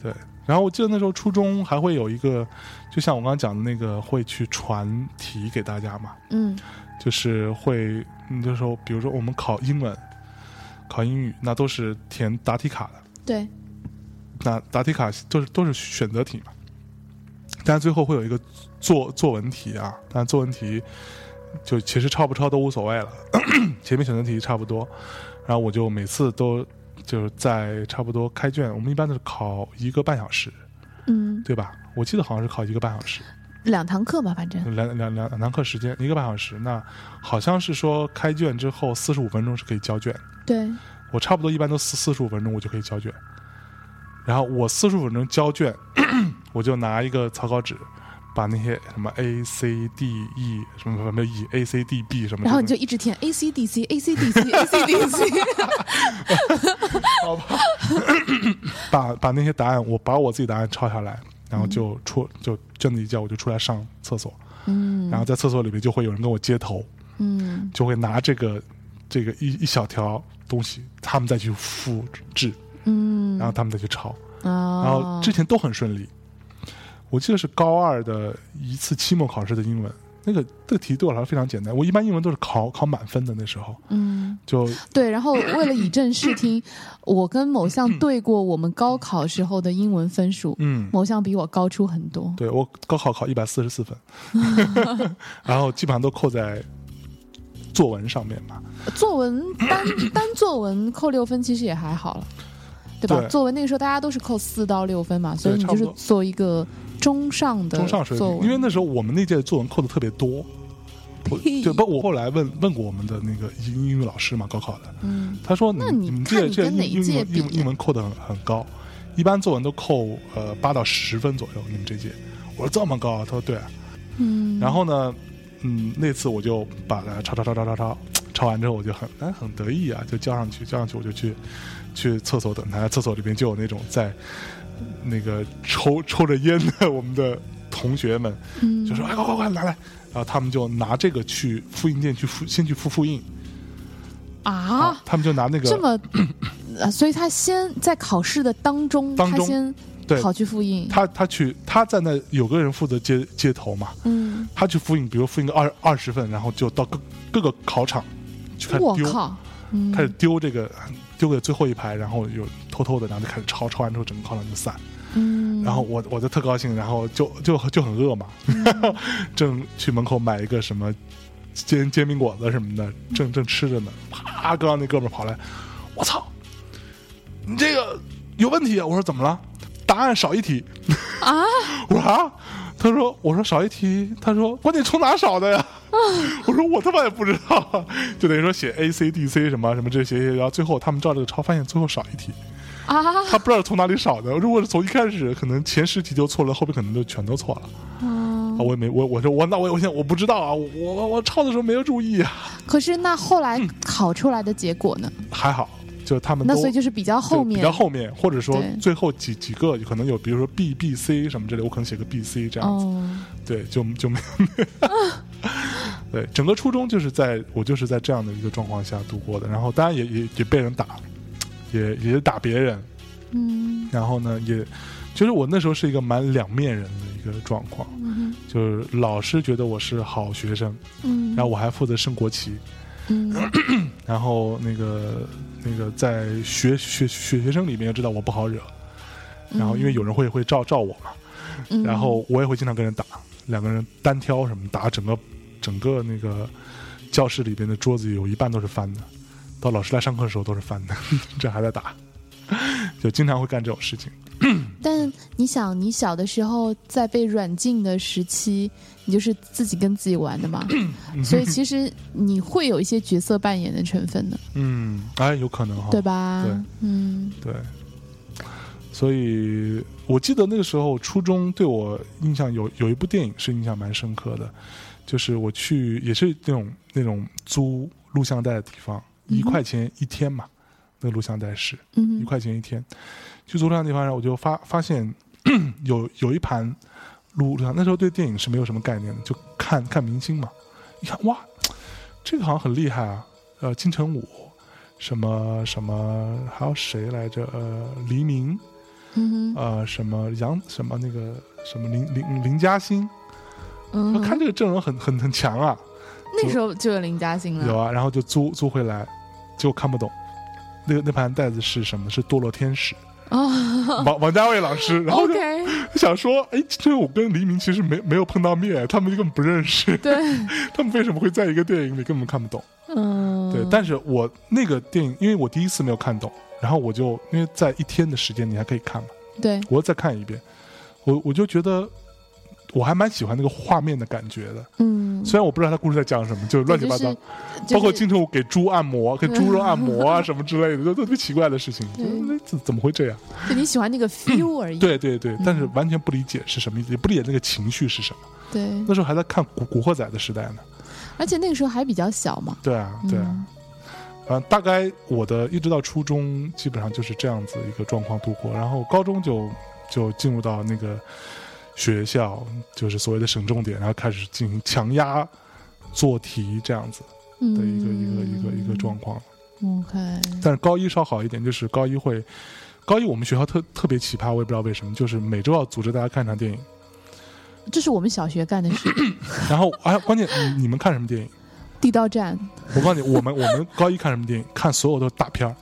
对。然后我记得那时候初中还会有一个，就像我刚刚讲的那个，会去传题给大家嘛，嗯就是会，你就说，比如说我们考英文、考英语，那都是填答题卡的，对，那答题卡都是都是选择题嘛，但是最后会有一个作作文题啊，但作文题就其实抄不抄都无所谓了， 前面选择题差不多，然后我就每次都就是在差不多开卷，我们一般都是考一个半小时，嗯，对吧？我记得好像是考一个半小时，两堂课嘛，反正两两两两堂课时间，一个半小时。那好像是说开卷之后四十五分钟是可以交卷，对，我差不多一般都四四十五分钟我就可以交卷，然后我四十五分钟交卷， 我就拿一个草稿纸，把那些什么 A C D E 什么什么 E A C D B 什么，然后你就一直填 A C D C A C D C A C D C，好吧，把把那些答案，我把我自己答案抄下来，然后就出就卷子一交，我就出来上厕所，嗯然后在厕所里面就会有人跟我接头，嗯，就会拿这个这个一一小条东西，他们再去复制，嗯，然后他们再去抄。然后哦，之前都很顺利。我记得是高二的一次期末考试的英文，那个这个题对我来说非常简单。我一般英文都是考考满分的，那时候嗯，就对，然后为了以正视听，我跟某项对过我们高考时候的英文分数，嗯，某项比我高出很多， 对我高考考一百四十四分，然后基本上都扣在作文上面嘛。作文 单单作文扣六分其实也还好了，对吧？对作文那个时候大家都是扣四到六分嘛，所以对你差就不是多做一个中上的中上水作平，文，因为那时候我们那届作文扣的特别 多。我屁对，不，我后来问问过我们的那个英英语老师嘛，高考的，嗯他说那你你们看这你这跟哪一英英届文比英英文扣的很很高，一般作文都扣呃八到十分左右，你们这届，我说这么高啊，他说对啊，嗯，然后呢，嗯，那次我就把它抄抄抄抄抄抄，抄完之后我就很哎很得意啊，就交上去，交上去我就去去厕所等他，厕所里面就有那种在那个抽 抽着烟的我们的同学们，嗯就说哎快快快来来，然后他们就拿这个去复印店去复先去复复印啊，他们就拿那这个么。啊所以他先在考试的当中，当中他先对跑去复印，他他去他在那有个人负责接接头嘛，嗯，他去复印，比如复印个二二十份，然后就到各各个考场去开始我丢。靠，嗯，开始丢这个丢给最后一排，然后有偷偷的，然后就开始抄，抄完之后整个考场就散。嗯，然后我我就特高兴，然后就就就很饿嘛，嗯 正去门口买一个什么煎煎饼果子什么的，正正吃着呢，啪，刚刚那哥们儿跑来，我操，你这个有问题啊！我说怎么了？答案少一题啊！我说啊，他说我说少一题，他说关键从哪少的呀？我说我他妈也不知道，就等于说写 A C D C 什么什么这些，然后最后他们照这个抄，发现最后少一题，啊，他不知道从哪里少的。如果是从一开始可能前十题就错了，后面可能就全都错了。嗯啊，我也没我我说我那我我现在我不知道啊，我我我抄的时候没有注意啊，可是那后来嗯考出来的结果呢？还好，就他们那都所以就是比较后对面比较后面，或者说对最后几几个可能有，比如说 B B C 什么之类，我可能写个 B C 这样子，哦，对，就就没有。 对，整个初中就是在我就是在这样的一个状况下度过的，然后当然也也也被人打，也也打别人，嗯然后呢，也就是我那时候是一个蛮两面人的一个状况，嗯就是老师觉得我是好学生，嗯，然后我还负责升国旗，嗯然后那个那个在学学学学生里面又知道我不好惹，然后因为有人会会照照我嘛，嗯然后我也会经常跟人打，两个人单挑什么打，整个整个那个教室里边的桌子有一半都是翻的，到老师来上课的时候都是翻的， 这还在打，就经常会干这种事情。但你想，你小的时候在被软禁的时期，你就是自己跟自己玩的嘛，嗯所以其实你会有一些角色扮演的成分的，嗯，哎，有可能哈，对吧？对嗯对，所以我记得那个时候初中对我印象有有一部电影是印象蛮深刻的，就是我去也是那种那种租录像带的地方，一块钱一天嘛，那个录像带是一嗯块钱一天，去租录像带地方，然后我就发发现 有有一盘录录像，那时候对电影是没有什么概念的，就看看明星嘛，一看哇，这个好像很厉害啊，呃，金城武。什么什么，还有谁来着？呃，黎明，嗯呃，什么杨什么那个什么林林林嘉欣，嗯，看这个阵容很很很强啊，那时候就有林嘉欣了，有啊，然后就租租回来，结果看不懂。那个那盘袋子是什么？是《堕落天使啊》王王家卫老师，然后就，OK，想说，哎，这我跟黎明其实没没有碰到面，他们就根本不认识，对， 他们为什么会在一个电影里根本看不懂？嗯，对，但是我那个电影，因为我第一次没有看懂，然后我就因为在一天的时间，你还可以看嘛，对，我又再看一遍，我我就觉得我还蛮喜欢那个画面的感觉的。嗯，虽然我不知道他故事在讲什么，就是乱七八糟，包括今经常我给猪按 摩、给猪肉按摩啊什么之类的，就特别奇怪的事情。对嗯怎怎么会这样？就你喜欢那个 feel 而已，对对嗯对，但是完全不理解是什么意思，也不理解那个情绪是什么。对，那时候还在看古《古惑仔》的时代呢。而且那个时候还比较小嘛，对啊，对啊。嗯呃，大概我的一直到初中，基本上就是这样子一个状况度过。然后高中就就进入到那个学校，就是所谓的省重点，然后开始进行强压做题这样子的一个、一个一个一个状况。嗯，OK，但是高一稍好一点，就是高一会，高一我们学校特特别奇葩，我也不知道为什么，就是每周要组织大家看一场电影。这是我们小学干的事，然后哎，关键你你们看什么电影？地道战，我告诉你，我们我们高一看什么电影？看所有都是大片儿，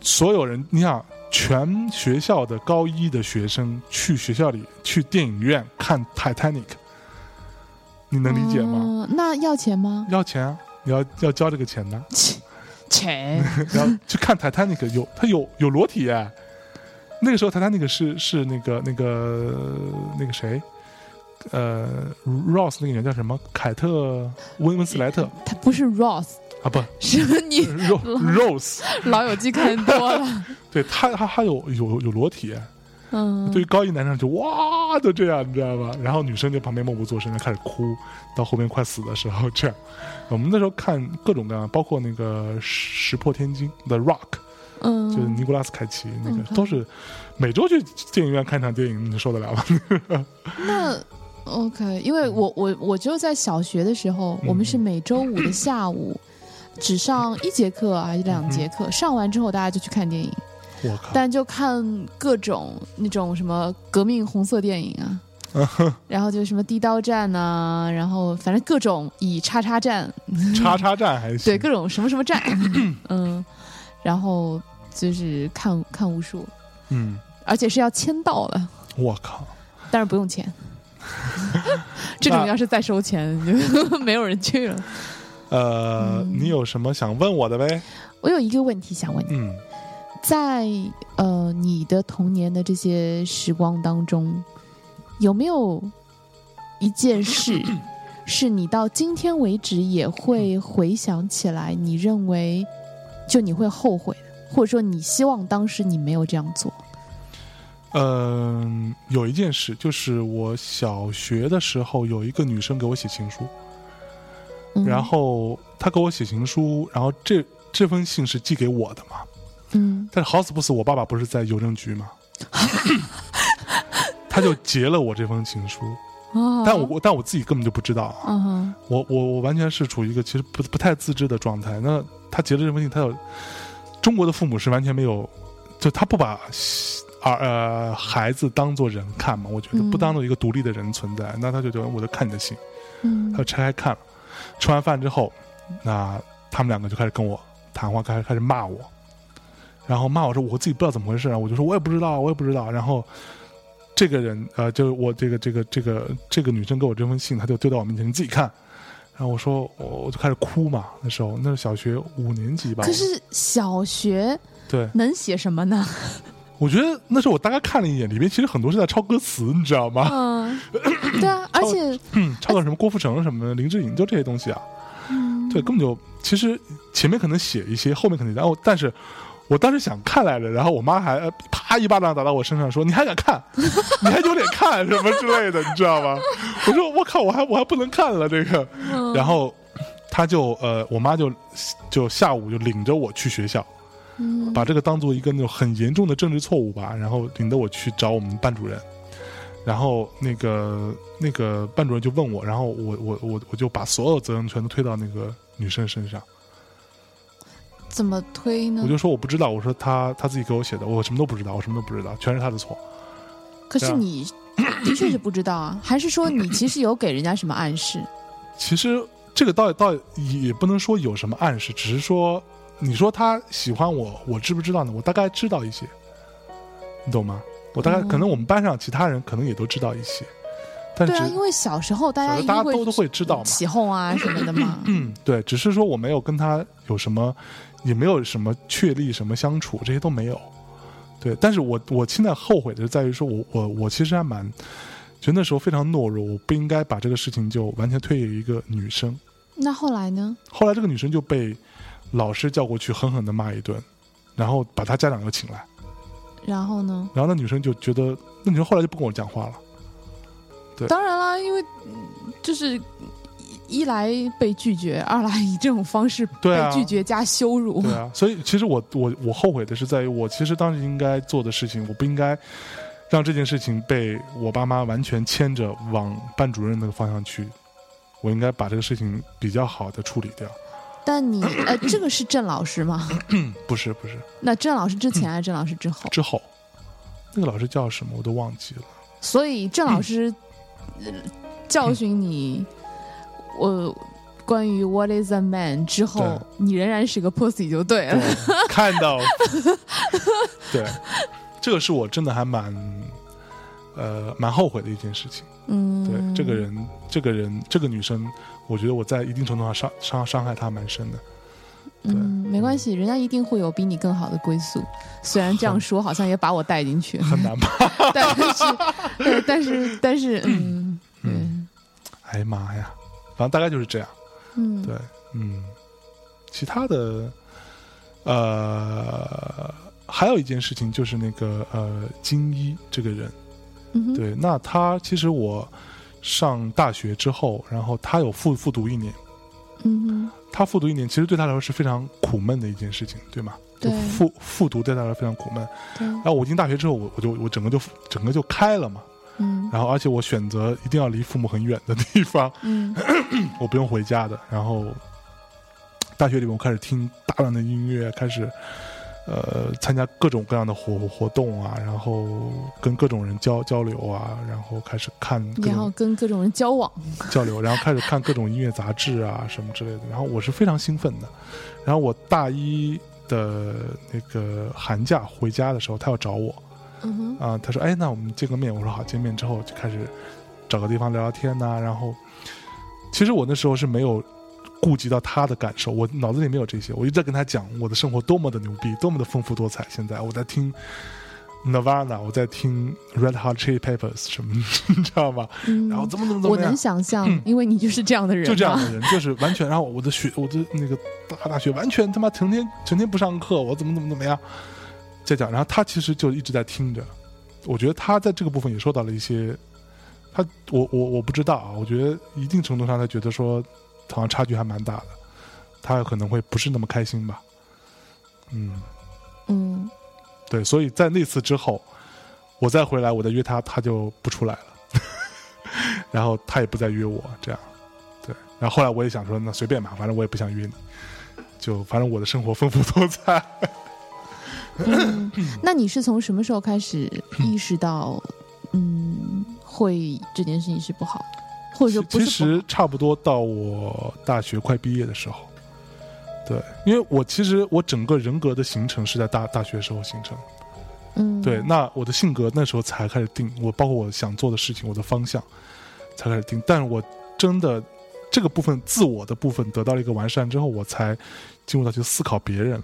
所有人，你想，全学校的高一的学生去学校里去电影院看《Titanic》，你能理解吗？哦嗯那要钱吗？要钱啊！你要要交这个钱的，切，然后去看《泰坦尼克》，有它有有裸体耶。那个时候《泰坦尼克》是是那个那个那个谁，呃，Ross 那个人叫什么？凯特温温斯莱特他不是 Ross，啊，不是你，Ro- Rose，老友记看多 了，对他他他有有有裸体耶，嗯，对于高一男生就哇就这样，你知道吧？然后女生就旁边默不作声的开始哭，到后面快死的时候这样。我们那时候看各种各样，包括那个《石破天惊》The Rock，嗯，就是尼古拉斯凯奇那个，嗯都是每周去电影院看场电影，你受得了吗？ 那 OK，因为我我我只有在小学的时候，嗯我们是每周五的下午。只上一节课还是两节嗯课，上完之后大家就去看电影，我靠！但就看各种那种什么革命红色电影啊，然后就什么地道战呐、然后反正各种以叉叉战叉叉战还行，对各种什么什么战，嗯，然后就是看看无数，嗯，而且是要签到的，我靠，但是不用钱。这种要是再收钱，就 没有人去了。呃，你有什么想问我的呗？我有一个问题想问你，嗯，在呃你的童年的这些时光当中，有没有一件事 是你到今天为止也会回想起来，你认为就你会后悔的，或者说你希望当时你没有这样做？嗯，有一件事就是我小学的时候有一个女生给我写情书，嗯、然，后她给我写情书，然后这这封信是寄给我的嘛，嗯，但是好死不死我爸爸不是在邮政局嘛，他就截了我这封情书，啊，但我但我自己根本就不知道啊，嗯哼，我我我完全是处于一个其实不不太自知的状态。那他截了这封信，他有中国的父母是完全没有，就他不把儿呃孩子当做人看嘛，我觉得嗯不当做一个独立的人存在，那他就觉得我就看你的信，他嗯就拆开看了，吃完饭之后，那他们两个就开始跟我谈话，开始开始骂我，然后骂我说我自己不知道怎么回事，啊，我就说我也不知道，我也不知道，然后。这个人，呃，就是我这个这个这个这个女生给我这封信，她就丢到我面前，你自己看。然后我说，我我就开始哭嘛。那时候那是小学五年级吧。可是小学对，能写什么呢？我觉得那时候我大概看了一眼，里面其实很多是在抄歌词，你知道吗？嗯，对啊，而且 抄到什么郭富城、什么林志颖，就这些东西啊。对，根本就其实前面可能写一些，后面可能然后但是我当时想看来着，然后我妈还呃啪一巴掌打到我身上，说你还敢看， 你还有脸看什么之类的，你知道吗？ 我说我靠，我还我还不能看了这个，然后。她就呃，我妈就就下午就领着我去学校，嗯把这个当做一个那种很严重的政治错误吧，然后领着我去找我们班主任，然后那个那个班主任就问我，然后我我我我就把所有责任全都推到那个女生身上，怎么推呢我？就说我不知道，我说她她自己给我写的，我什么都不知道，我什么都不知道，全是她的错。可是对啊你的确是不知道啊，还是说你其实有给人家什么暗示？其实这个倒倒也不能说有什么暗示，只是说你说她喜欢我，我知不知道呢？我大概知道一些，你懂吗？我大概、哦可能我们班上其他人可能也都知道一些，但是对啊，只因为小时候大小家时一候大家定都都会知道嘛。起哄啊什么的嘛。 嗯，对，只是说我没有跟他有什么，也没有什么确立什么相处，这些都没有。对，但是我我现在后悔的是在于说我我我其实还蛮，觉得那时候非常懦弱，我不应该把这个事情就完全推给一个女生。那后来呢？后来这个女生就被老师叫过去狠狠的骂一顿，然后把她家长又请来，然后呢？然后那女生就觉得，那女生后来就不跟我讲话了。对当然啦，因为嗯就是一一来被拒绝，二来以这种方式对被啊拒绝加羞辱。对啊，所以其实我我我后悔的是在于，我其实当时应该做的事情，我不应该让这件事情被我爸妈完全牵着往班主任那个方向去。我应该把这个事情比较好的处理掉。但你呃，这个是郑老师吗？ 不是不是，那郑老师之前还是郑老师之后？之后那个老师叫什么我都忘记了。所以郑老师、嗯呃教训你，我关于 What is a man 之后对，你仍然是个 pussy 就对了。对， 看到，对，这个是我真的还蛮呃，蛮后悔的一件事情。嗯，对，这个人，这个人，这个女生，我觉得我在一定程度上伤伤伤害她蛮深的。对嗯，没关系，人家一定会有比你更好的归宿。虽然这样说，好像也把我带进 去，很难吧？但是，对但是，但 是，嗯，对，哎呀妈呀，反正大概就是这样。嗯，对，嗯，其他的，呃，还有一件事情就是那个呃，金一这个人，嗯哼，对，那他其实我上大学之后，然后他有复复读一年，嗯他复读一年，其实对他来说是非常苦闷的一件事情，对吗？就对复复读对他来说非常苦闷。嗯哼，对，然后我进大学之后，我我就我整个就整个就开了嘛。嗯然后而且我选择一定要离父母很远的地方，嗯啊我不用回家的。然后大学里面我开始听大量的音乐，开始呃参加各种各样的活活动啊，然后跟各种人交交流啊，然后开始看各然后种跟各种人交往， 交流，然后开始看各种音乐杂志啊什么之类的。然后我是非常兴奋的。然后我大一的那个寒假回家的时候，他要找我，嗯哼，啊、他说：“哎，那我们见个面。”我说：“好。”见面之后就开始找个地方聊聊天呐、然后，其实我那时候是没有顾及到他的感受，我脑子里没有这些，我一直在跟他讲我的生活多么的牛逼，多么的丰富多彩。现在我在听 Nirvana，我在听 Red Hot Chili Peppers 什么， 你知道吗？嗯然后怎么怎么怎我么样能。想 象，因为你就是这样的人，就这样的，人，就是完全，然后我的学，我的那个大大学完全他妈成天成天不上课，我怎么怎么怎么样，在讲，然后他其实就一直在听着，我觉得他在这个部分也受到了一些，他我我我不知道啊，我觉得一定程度上他觉得说，好像差距还蛮大的，他可能会不是那么开心吧，嗯，嗯对，所以在那次之后，我再回来，我再约他，他就不出来了， 然后他也不再约我，这样，对。然后后来我也想说，那随便吧，反正我也不想约你，就反正我的生活丰富多彩。嗯，那你是从什么时候开始意识到，嗯，会这件事情是不好的，或者说不其是不好实差不多到我大学快毕业的时候，对，因为我其实我整个人格的形成是在大大学时候形成的，嗯，对，那我的性格那时候才开始定，我包括我想做的事情，我的方向才开始定。但是我真的这个部分自我的部分得到了一个完善之后，我才进入到去思考别人了，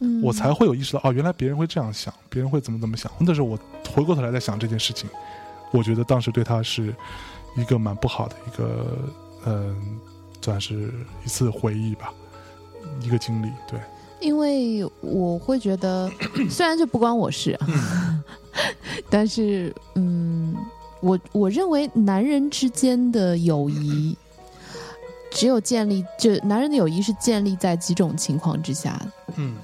嗯我才会有意识到哦，原来别人会这样想，别人会怎么怎么想。那时候我回过头来再想这件事情，我觉得当时对他是一个蛮不好的一个嗯、算是一次回忆吧，一个经历。对，因为我会觉得，虽然这不关我事，啊嗯 但是嗯，我我认为男人之间的友谊，只有建立就男人的友谊是建立在几种情况之下的。嗯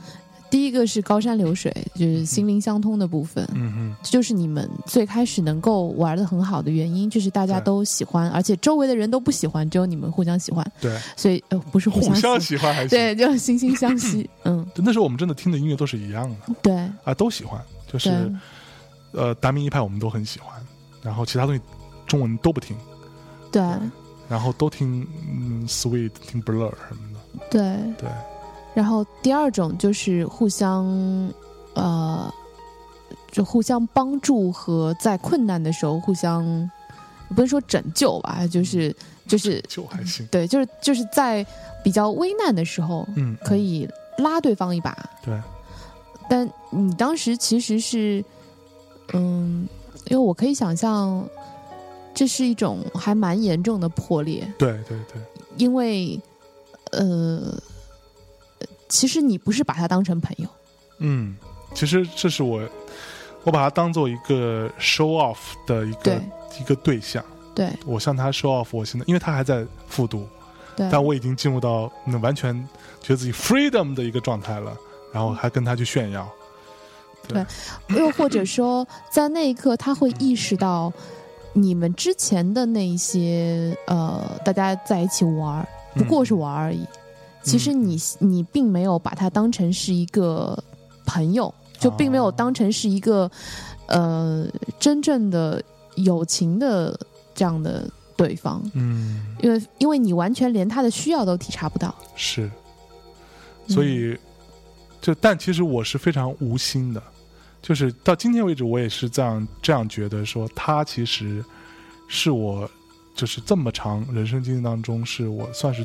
第一个是高山流水，就是心灵相通的部分，嗯这就是你们最开始能够玩的很好的原因，就是大家对都喜欢，而且周围的人都不喜欢，只有你们互相喜欢，哼，对，所以呃不是互相喜喜欢还行。对，就惺惺相 惜，嗯，对那时候我们真的听的音乐都是一样的。对啊，都喜欢，对。就是呃达明一派我们都很喜欢，然后其他东西中文都不听，对然后都听嗯 Sweet 听 Blur 什么的，对。对，然后第二种就是互相，呃，就互相帮助和在困难的时候互相，不是说拯救吧，嗯就是就是 就还行，对，就是就是在比较危难的时候嗯，可以拉对方一把。对，但你当时其实是，嗯，因为我可以想象，这是一种还蛮严重的破裂。对对对，因为呃，其实你不是把他当成朋友，嗯，其实这是我我把它当做一个 show off 的一个对一个对象，对我向他 show off，我现在因为他还在复读，对，但我已经进入到那完全觉得自己 freedom 的一个状态了，然嗯后还跟他去炫耀，又或者说，在那一刻他会意识到你们之前的那一些呃，大家在一起玩儿，不过嗯是玩儿而已。其实你你并没有把他当成是一个朋友，就并没有当成是一个、呃真正的友情的这样的对方。嗯，因为因为你完全连他的需要都体察不到，是。嗯所以就但其实我是非常无心的，就是到今天为止，我也是这样这样觉得说，他其实是我就是这么长人生经历当中，是我算是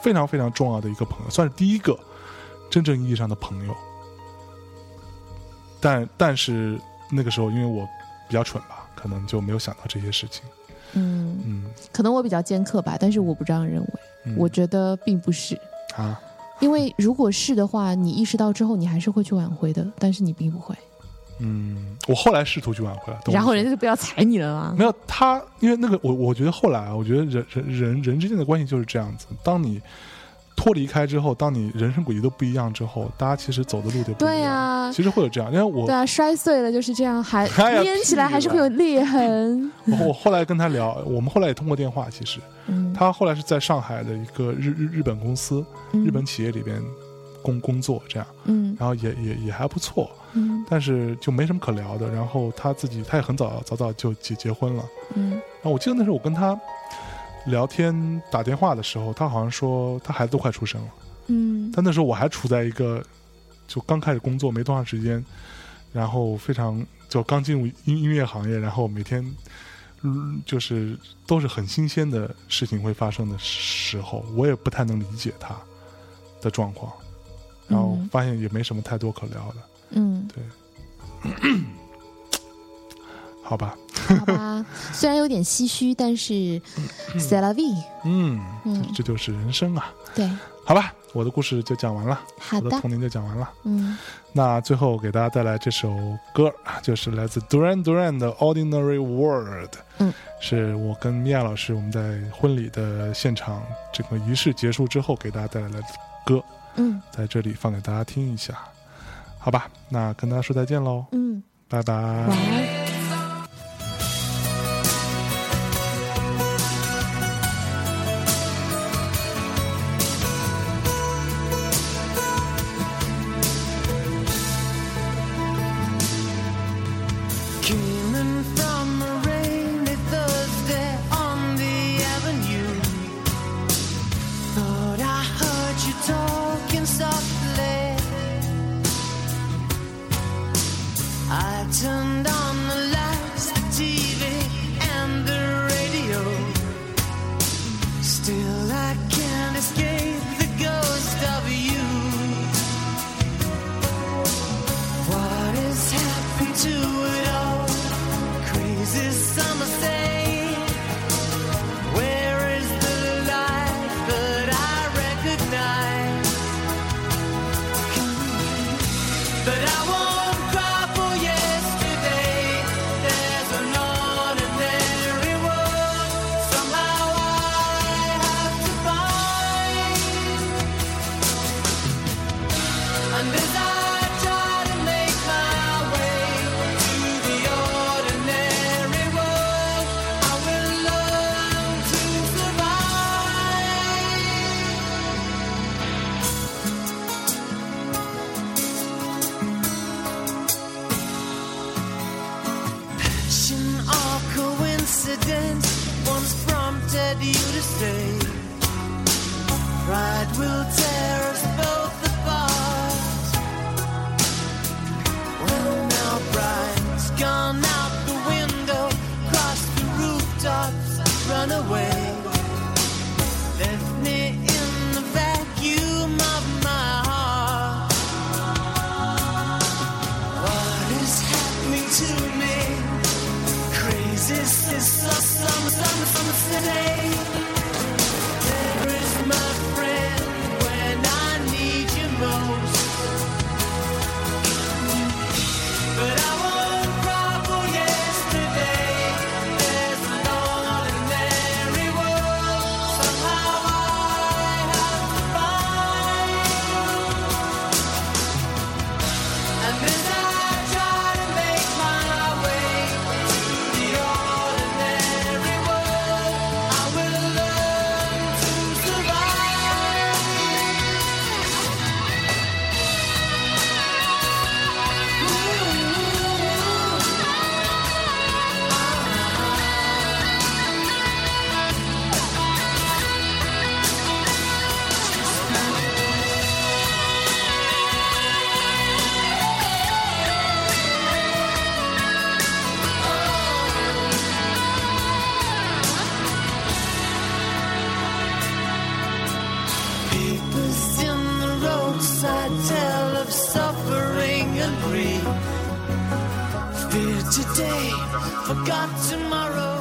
非常非常重要的一个朋友，算是第一个真正意义上的朋友。但但是那个时候，因为我比较蠢吧，可能就没有想到这些事情。嗯，嗯，可能我比较尖刻吧，但是我不这样认为，嗯我觉得并不是，啊，因为如果是的话，你意识到之后，你还是会去挽回的，但是你并不会，嗯，我后来试图去挽回了，然后人家家就不要踩你了嘛没。有他，因为那个我我觉得后来啊，我觉得人人人人之间的关系就是这样子，当你脱离开之后，当你人生轨迹都不一样之后，大家其实走的路就不一样，对啊呀其实会有这样，因为我对啊，摔碎了就是这样，还 哎呀粘起来屁还是会有裂 痕。我我后来跟他聊，我们后来也通过电话，其实嗯，他后来是在上海的一个日日日本公司、嗯日本企业里边工工作这样，嗯然后也也也还不错，嗯但是就没什么可聊的。然后他自己他也很早早早就结结婚了。嗯然后我记得那时候我跟他聊天打电话的时候，他好像说他孩子都快出生了，嗯但那时候我还处在一个就刚开始工作没多长时间，然后非常就刚进入音音乐行业，然后每天。嗯，就是都是很新鲜的事情会发生的时候，我也不太能理解他的状况，然后嗯发现也没什么太多可聊的，嗯，好吧？好吧，虽然有点唏嘘，但是 c e l a v i 嗯，嗯，这就是人生啊，对，好吧？我的故事就讲完了，好我的的，童年就讲完了。嗯，那最后给大家带来这首歌，就是来自 Duran Duran 的《Ordinary World》。嗯，是我跟米娅老师我们在婚礼的现场整个仪式结束之后给大家带来的歌，嗯在这里放给大家听一下，好吧？那跟大家说再见喽，嗯，拜拜。晚安。 Came in from a rainy Thursday on the avenue. Thought I heard you talking softly. I turned on the lights, the TV, and the radio. Still, I can't escape the ghost of you. What has happened to it all? Crazy summer day. Where is the light that I recognize? But I won't cry for yesterday. There's an ordinary world. Somehow I have to find. And as I try to make my way to the ordinary world, I will learn to survive. Passion or coincidence once prompted you to stay. Pride will tear us both apart. Well, now pride's gone out the window, crossed the rooftops, run away. Left me in the vacuum of my heart. What is happening to me? Crazy sister, some, some, some today. Where is my friend when tell of suffering and grief. Fear today, forgot tomorrow.